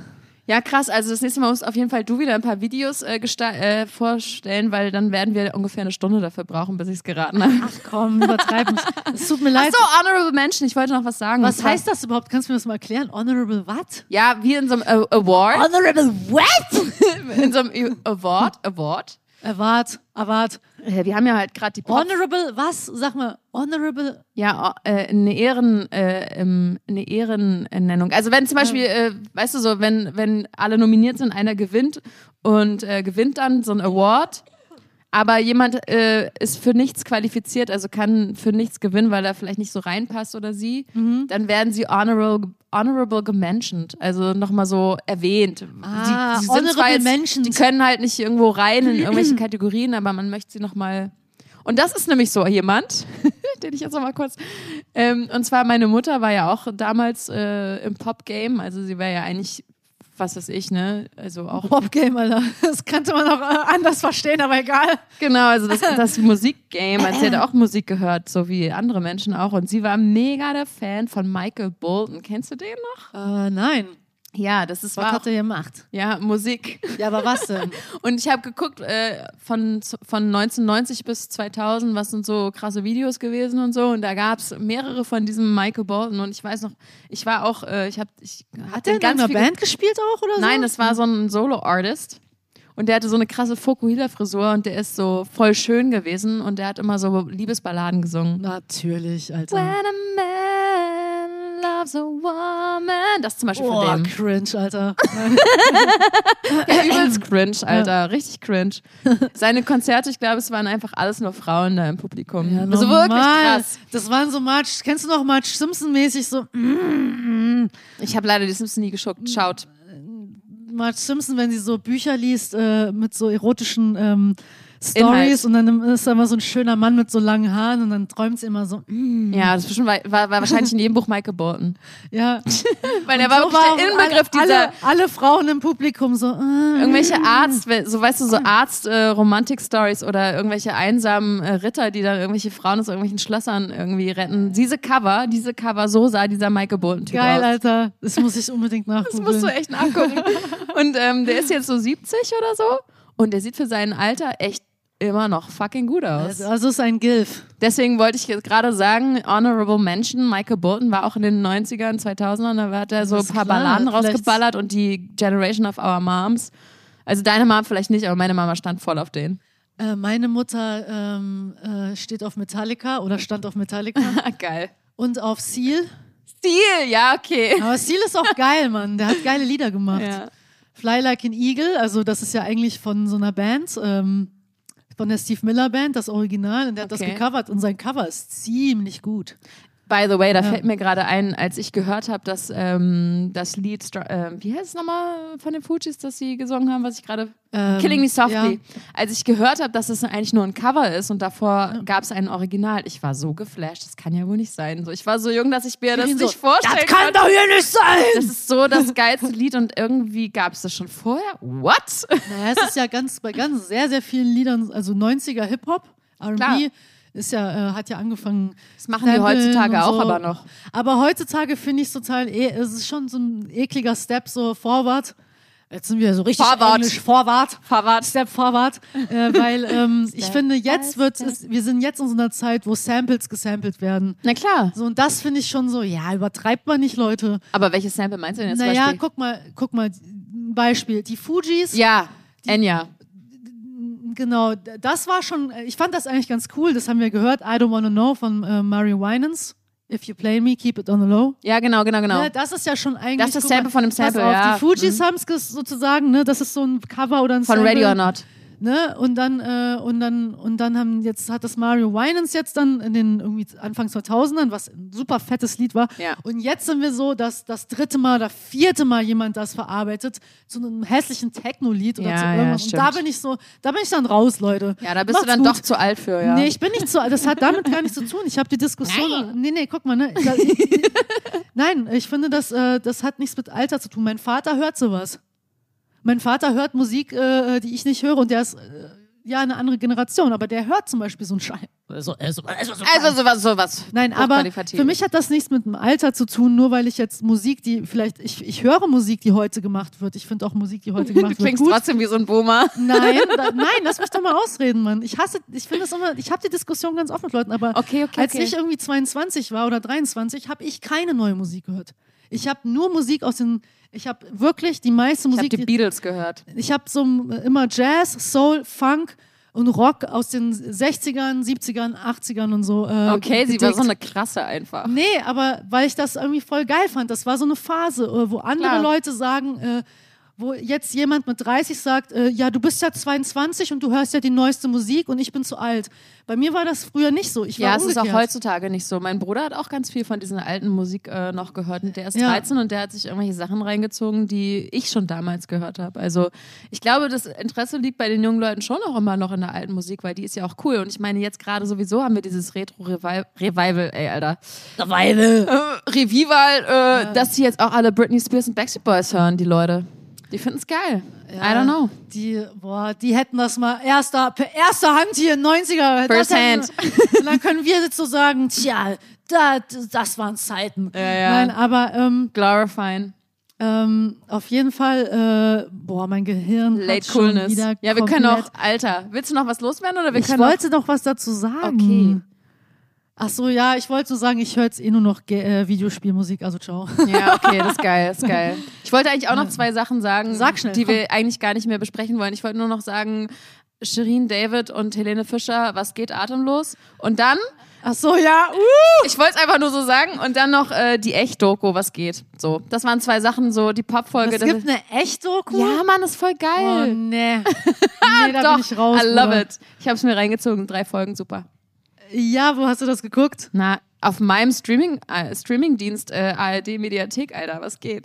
S2: Ja, krass. Also das nächste Mal musst auf jeden Fall du wieder ein paar Videos äh, gesta- äh, vorstellen, weil dann werden wir ungefähr eine Stunde dafür brauchen, bis ich es geraten habe.
S1: Ach komm, übertreib nicht. Es tut mir leid.
S2: Achso, Honorable Mention, ich wollte noch was sagen. Und
S1: Was
S2: zwar-
S1: heißt das überhaupt? Kannst du mir das mal erklären? Honorable what?
S2: Ja, wie in so einem äh, Award.
S4: Honorable what?
S2: In so einem Ü- Award. Award.
S1: Erwart, erwart.
S2: Äh, Wir haben ja halt gerade die Pop
S1: Honorable was? Sag mal, honorable.
S2: Ja, o- äh, eine Ehren, äh, ähm, eine Ehrennennung. Also wenn zum Beispiel, äh, weißt du so, wenn, wenn alle nominiert sind, einer gewinnt und äh, gewinnt dann so einen Award, aber jemand äh, ist für nichts qualifiziert, also kann für nichts gewinnen, weil er vielleicht nicht so reinpasst oder sie,
S1: Mhm.
S2: dann werden sie honorable, honorable gementioned, also nochmal so erwähnt.
S1: Ah, honorable
S2: zwar
S1: mentioned.
S2: Die können halt nicht irgendwo rein in irgendwelche Kategorien, aber man möchte sie nochmal... Und das ist nämlich so jemand, den ich jetzt nochmal kurz. Ähm, und zwar, meine Mutter war ja auch damals äh, im Pop-Game. Also, sie war ja eigentlich, was weiß ich, ne? Also auch.
S1: Popgame, Alter. Das kannte man auch äh, anders verstehen, aber egal.
S2: Genau, also das, das Musikgame. Also,
S1: Äh,
S2: sie hat auch Musik gehört, so wie andere Menschen auch. Und sie war mega der Fan von Michael Bolton. Kennst du den noch?
S1: Äh, nein.
S2: Ja, das ist
S1: Was
S2: war.
S1: hat er gemacht?
S2: Ja, Musik.
S1: Ja, aber was denn?
S2: Und ich habe geguckt, äh, von, von 1990 bis 2000, was sind so krasse Videos gewesen und so. Und da gab's mehrere von diesem Michael Bolton. Und ich weiß noch, ich war auch, äh, ich habe ich hab
S1: Hat der
S2: den
S1: in einer
S2: viel ge-
S1: Band gespielt auch oder so?
S2: Nein, das war so ein Solo-Artist. Und der hatte so eine krasse Fokuhila-Frisur und der ist so voll schön gewesen und der hat immer so Liebesballaden gesungen.
S1: Natürlich, Alter.
S2: When a man loves a woman. Das zum Beispiel
S1: Hm. Boah,
S2: von dem.
S1: cringe, Alter.
S2: Ja, übelst cringe, Alter. Richtig cringe. Seine Konzerte, ich glaube, es waren einfach alles nur Frauen da im Publikum.
S1: Ja,
S2: also
S1: normal.
S2: wirklich krass.
S1: Das waren so March, kennst du noch March Simpson-mäßig so,
S2: Ich habe leider die Simpsons nie
S1: Hm.
S2: geschaut. Schaut.
S1: Marge Simpson, wenn sie so Bücher liest äh, mit so erotischen ähm, Stories und dann ist da immer so ein schöner Mann mit so langen Haaren und dann träumt sie immer so. Mm,
S2: Ja, das ist bestimmt war, war, war wahrscheinlich in jedem Buch Michael Bolton.
S1: ja,
S2: Weil der war
S1: So
S2: wirklich der
S1: waren
S2: Inbegriff
S1: alle,
S2: dieser.
S1: Alle, alle Frauen im Publikum so. Äh,
S2: Irgendwelche Arzt, so weißt du, so Arzt-Romantik-Stories oder irgendwelche einsamen äh, Ritter, die dann irgendwelche Frauen aus irgendwelchen Schlössern irgendwie retten. Diese Cover, diese Cover, so sah dieser Michael Bolton-Typ
S1: geil,
S2: aus.
S1: Alter. Das muss ich unbedingt
S2: Das
S1: nachgucken.
S2: musst du echt nachgucken. Und ähm, der ist jetzt so 70 oder so und der sieht für sein Alter echt immer noch fucking gut aus.
S1: also, also ist ein Gilf.
S2: Deswegen wollte ich jetzt gerade sagen, Honorable Mention, Michael Bolton war auch in den 90ern, 2000ern, da hat er so ein
S1: Alles
S2: paar
S1: klar,
S2: Balladen
S1: vielleicht-
S2: rausgeballert und die Generation of Our Moms. Also deine Mom vielleicht nicht, aber meine Mama stand voll auf den.
S1: Äh, meine Mutter ähm, äh, steht auf Metallica oder stand auf Metallica
S2: Ah, geil.
S1: und auf Seal.
S2: Stil, ja, okay.
S1: Aber Seal ist auch geil, Mann. Der hat geile Lieder gemacht.
S2: Ja.
S1: Fly Like an Eagle, also das ist ja eigentlich von so einer Band, ähm, von der Steve Miller Band, das Original, und der hat
S2: Okay.
S1: das gecovert und sein Cover ist ziemlich gut.
S2: By the way, da fällt mir gerade ein, als ich gehört habe, dass ähm, das Lied, Str- ähm, wie heißt es nochmal von den Fujis, das sie gesungen haben, was ich gerade.
S1: Ähm,
S2: Killing Me Softly.
S1: ja.
S2: Als ich gehört habe, dass es eigentlich nur ein Cover ist und davor gab es ein Original, ich war so geflasht, das kann ja wohl nicht sein. So, ich war so jung, dass ich mir das
S1: Kirin so,
S2: nicht vorstellen
S4: Das kann doch hier nicht sein!
S2: Das ist so das geilste Lied und irgendwie gab es das schon vorher. What?
S1: Naja, es ist ja ganz bei ganz sehr, sehr vielen Liedern, also 90er Hip-Hop,
S2: Klar.
S1: RB ist ja, äh, hat ja angefangen. Das
S2: machen die heutzutage auch aber noch.
S1: Aber heutzutage finde ich es total, eh, es ist schon so ein ekliger Step, so forward. Jetzt sind wir so richtig
S2: Forward.
S1: englisch, forward.
S2: Verwart.
S1: Step forward, äh, weil ähm, ich finde, jetzt wird es, wir sind jetzt in so einer Zeit, wo Samples gesampelt werden.
S2: Na klar.
S1: So, und das finde ich schon so, ja, übertreibt man nicht, Leute.
S2: Aber welches Sample meinst du denn jetzt? zum
S1: Naja,
S2: Beispiel?
S1: guck mal, guck mal, ein Beispiel. Die Fujis,
S2: Ja, Enya.
S1: genau, d- das war schon, ich fand das eigentlich ganz cool, das haben wir gehört, I Don't Wanna Know von äh, Murray Winans. If you play me, keep it on the low.
S2: Ja, genau, genau, genau.
S1: Ne, das ist ja schon eigentlich.
S2: Das ist das
S1: guck mal,
S2: Sample von dem Sample,
S1: pass auf,
S2: ja. Mhm.
S1: Die Fujis haben es sozusagen, ne, das ist so ein Cover oder ein
S2: Von
S1: Sample.
S2: Ready or Not.
S1: ne? Und dann äh, und dann und dann haben jetzt hat das Mario Winans jetzt dann in den irgendwie Anfang 2000ern, was ein super fettes Lied war.
S2: Ja.
S1: Und jetzt sind wir so, dass das dritte Mal oder vierte Mal jemand das verarbeitet zu einem hässlichen Techno-Lied oder
S2: Ja,
S1: zu
S2: ja,
S1: irgendwas. und
S2: stimmt.
S1: da bin ich so, da bin ich dann raus, Leute.
S2: Ja, da bist du
S1: Macht's
S2: dann
S1: gut.
S2: doch zu alt für, ja.
S1: Nee, ich bin nicht so. Das hat damit gar nichts zu tun. Ich habe die Diskussion. Nee, nee, guck mal, ne? Da, Nein, ich finde, das, äh, das hat nichts mit Alter zu tun. Mein Vater hört sowas. Mein Vater hört Musik, äh, die ich nicht höre und der ist äh, ja eine andere Generation, aber der hört zum Beispiel so einen Scheiß.
S4: Also, also, also, also,
S2: Also sowas, sowas.
S1: Nein, aber
S2: Hochqualitativ.
S1: für mich hat das nichts mit dem Alter zu tun, nur weil ich jetzt Musik, die vielleicht, ich, ich höre Musik, die heute gemacht wird. Ich finde auch Musik, die heute
S2: Du
S1: gemacht wird,
S2: klingst
S1: gut.
S2: trotzdem wie so ein Boomer.
S1: Nein, da, nein, lass mich doch mal ausreden, Mann. Ich hasse, ich finde das immer, ich habe die Diskussion ganz offen mit Leuten, aber
S2: Okay, okay,
S1: als
S2: okay.
S1: ich irgendwie 22 war oder 23, habe ich keine neue Musik gehört. Ich habe nur Musik aus den, ich habe wirklich die meiste
S2: Ich habe
S1: Musik,
S2: die Beatles gehört.
S1: ich habe so äh, immer Jazz, Soul, Funk und Rock aus den 60ern, 70ern, 80ern und so. Äh,
S2: Okay, sie war
S1: gedickt.
S2: so eine krasse einfach.
S1: Nee, aber weil ich das irgendwie voll geil fand. Das war so eine Phase, äh, wo andere
S2: Klar.
S1: Leute sagen, äh, wo jetzt jemand mit 30 sagt, äh, ja, du bist ja 22 und du hörst ja die neueste Musik und ich bin zu alt. Bei mir war das früher nicht so. Ich war
S2: Ja, es ist
S1: umgekehrt.
S2: auch heutzutage nicht so. Mein Bruder hat auch ganz viel von diesen alten Musik äh, noch gehört und der ist
S1: Ja.
S2: 13 und der hat sich irgendwelche Sachen reingezogen, die ich schon damals gehört habe. Also ich glaube, das Interesse liegt bei den jungen Leuten schon auch immer noch in der alten Musik, weil die ist ja auch cool. Und ich meine, jetzt gerade sowieso haben wir dieses Retro-Revival, ey, Alter.
S4: Weile.
S2: Äh, Revival, äh, dass die jetzt auch alle Britney Spears und Backstreet Boys hören, die Leute. Die finden es geil. I don't know.
S1: Die, boah, die hätten das mal erster, per erster Hand hier, 90er.
S2: First
S1: das hätten-
S2: hand.
S1: Und dann können wir jetzt so sagen, tja, da, das waren Zeiten.
S2: ja.
S1: Nein, aber ähm,
S2: Glorifying.
S1: ähm, auf jeden Fall, äh, boah, mein Gehirn hat
S2: Late
S1: schon
S2: Coolness.
S1: wieder
S2: Ja, wir können
S1: komplett
S2: auch, Alter, willst du noch was loswerden oder wir
S1: Ich
S2: können noch
S1: wollte noch was dazu sagen.
S2: Okay.
S1: Ach so, ja, ich wollte so sagen, ich höre jetzt eh nur noch Ge äh, Videospielmusik, also ciao.
S2: Ja, okay, das ist geil, das ist geil. Ich wollte eigentlich auch noch zwei Sachen sagen,
S1: Sag schnell,
S2: die wir eigentlich gar nicht mehr besprechen wollen. Ich wollte nur noch sagen, Shirin David und Helene Fischer, was geht atemlos? Und dann,
S1: Ach so, ja, uh.
S2: ich wollte es einfach nur so sagen, und dann noch äh, die Echt-Doku, was geht? So, das waren zwei Sachen, so die Pop-Folge.
S1: Es
S2: das-
S1: gibt eine echte Doku?
S2: Ja, Mann, das ist voll
S1: Oh,
S2: geil.
S1: nee. nee, da
S2: Doch,
S1: bin ich raus.
S2: I love
S1: Bruder.
S2: it. Ich habe es mir reingezogen, drei Folgen, super.
S1: Ja, wo hast du das geguckt?
S2: Na, auf meinem Streaming, äh, Streamingdienst äh, ARD Mediathek, Alter, was geht?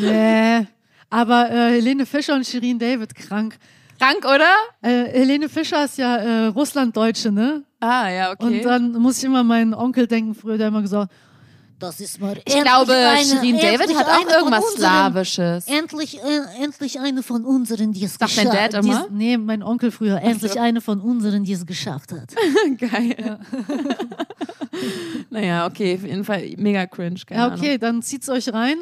S1: Nee. Aber äh, Helene Fischer und Shirin David, krank.
S2: Krank, oder?
S1: Äh, Helene Fischer ist ja äh, Russlanddeutsche, ne?
S2: Ah, ja, okay.
S1: Und dann muss ich immer an meinen Onkel denken, früher, der immer gesagt
S4: Das ist mal
S3: Ich
S2: Ich glaube,
S3: eine-
S2: Shirin David
S3: endlich
S2: hat
S3: eine
S2: auch
S3: von
S2: irgendwas
S3: unseren.
S2: Slawisches.
S3: Endlich, äh, endlich eine von unseren, die es
S2: Sagt dein
S3: geschafft
S2: Dad also.
S3: hat.
S2: immer?
S1: hat, nee, mein Onkel früher,
S3: Endlich eine von unseren, die es geschafft hat.
S2: Geil. naja, okay, auf jeden Fall mega cringe. Keine
S1: Ja,
S2: Ahnung.
S1: okay, dann zieht's euch rein.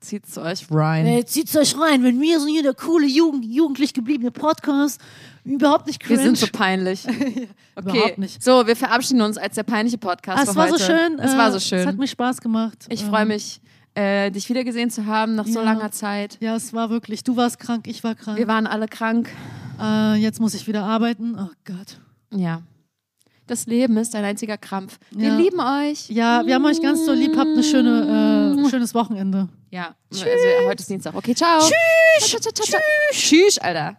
S2: Zieht's euch rein.
S4: Äh, zieht's euch rein, wenn wir so hier der coole, jugend, jugendlich gebliebene Podcast überhaupt nicht
S2: Wir
S4: cringe.
S2: sind so peinlich. Okay.
S1: Überhaupt nicht.
S2: So, wir verabschieden uns als der peinliche Podcast.
S1: Ah, es
S2: für
S1: war so
S2: heute.
S1: schön.
S2: Es
S1: äh,
S2: war so
S1: Es hat
S2: schön.
S1: mir Spaß gemacht.
S2: Ich
S1: Ähm,
S2: freue mich, äh, dich wiedergesehen zu haben nach so
S1: Ja.
S2: langer Zeit.
S1: Ja, es war wirklich. Du warst krank, ich war krank.
S2: Wir waren alle krank.
S1: äh, jetzt muss ich wieder arbeiten. Oh Gott.
S2: Ja. Das Leben ist ein einziger Krampf. Wir
S1: Ja.
S2: lieben euch.
S1: Ja, wir haben euch ganz doll lieb. Habt ein
S2: Mm.
S1: schöne, äh, schönes Wochenende.
S2: Ja, also heute ist Dienstag. Okay, ciao. Tschüss. Tschüss, Alter.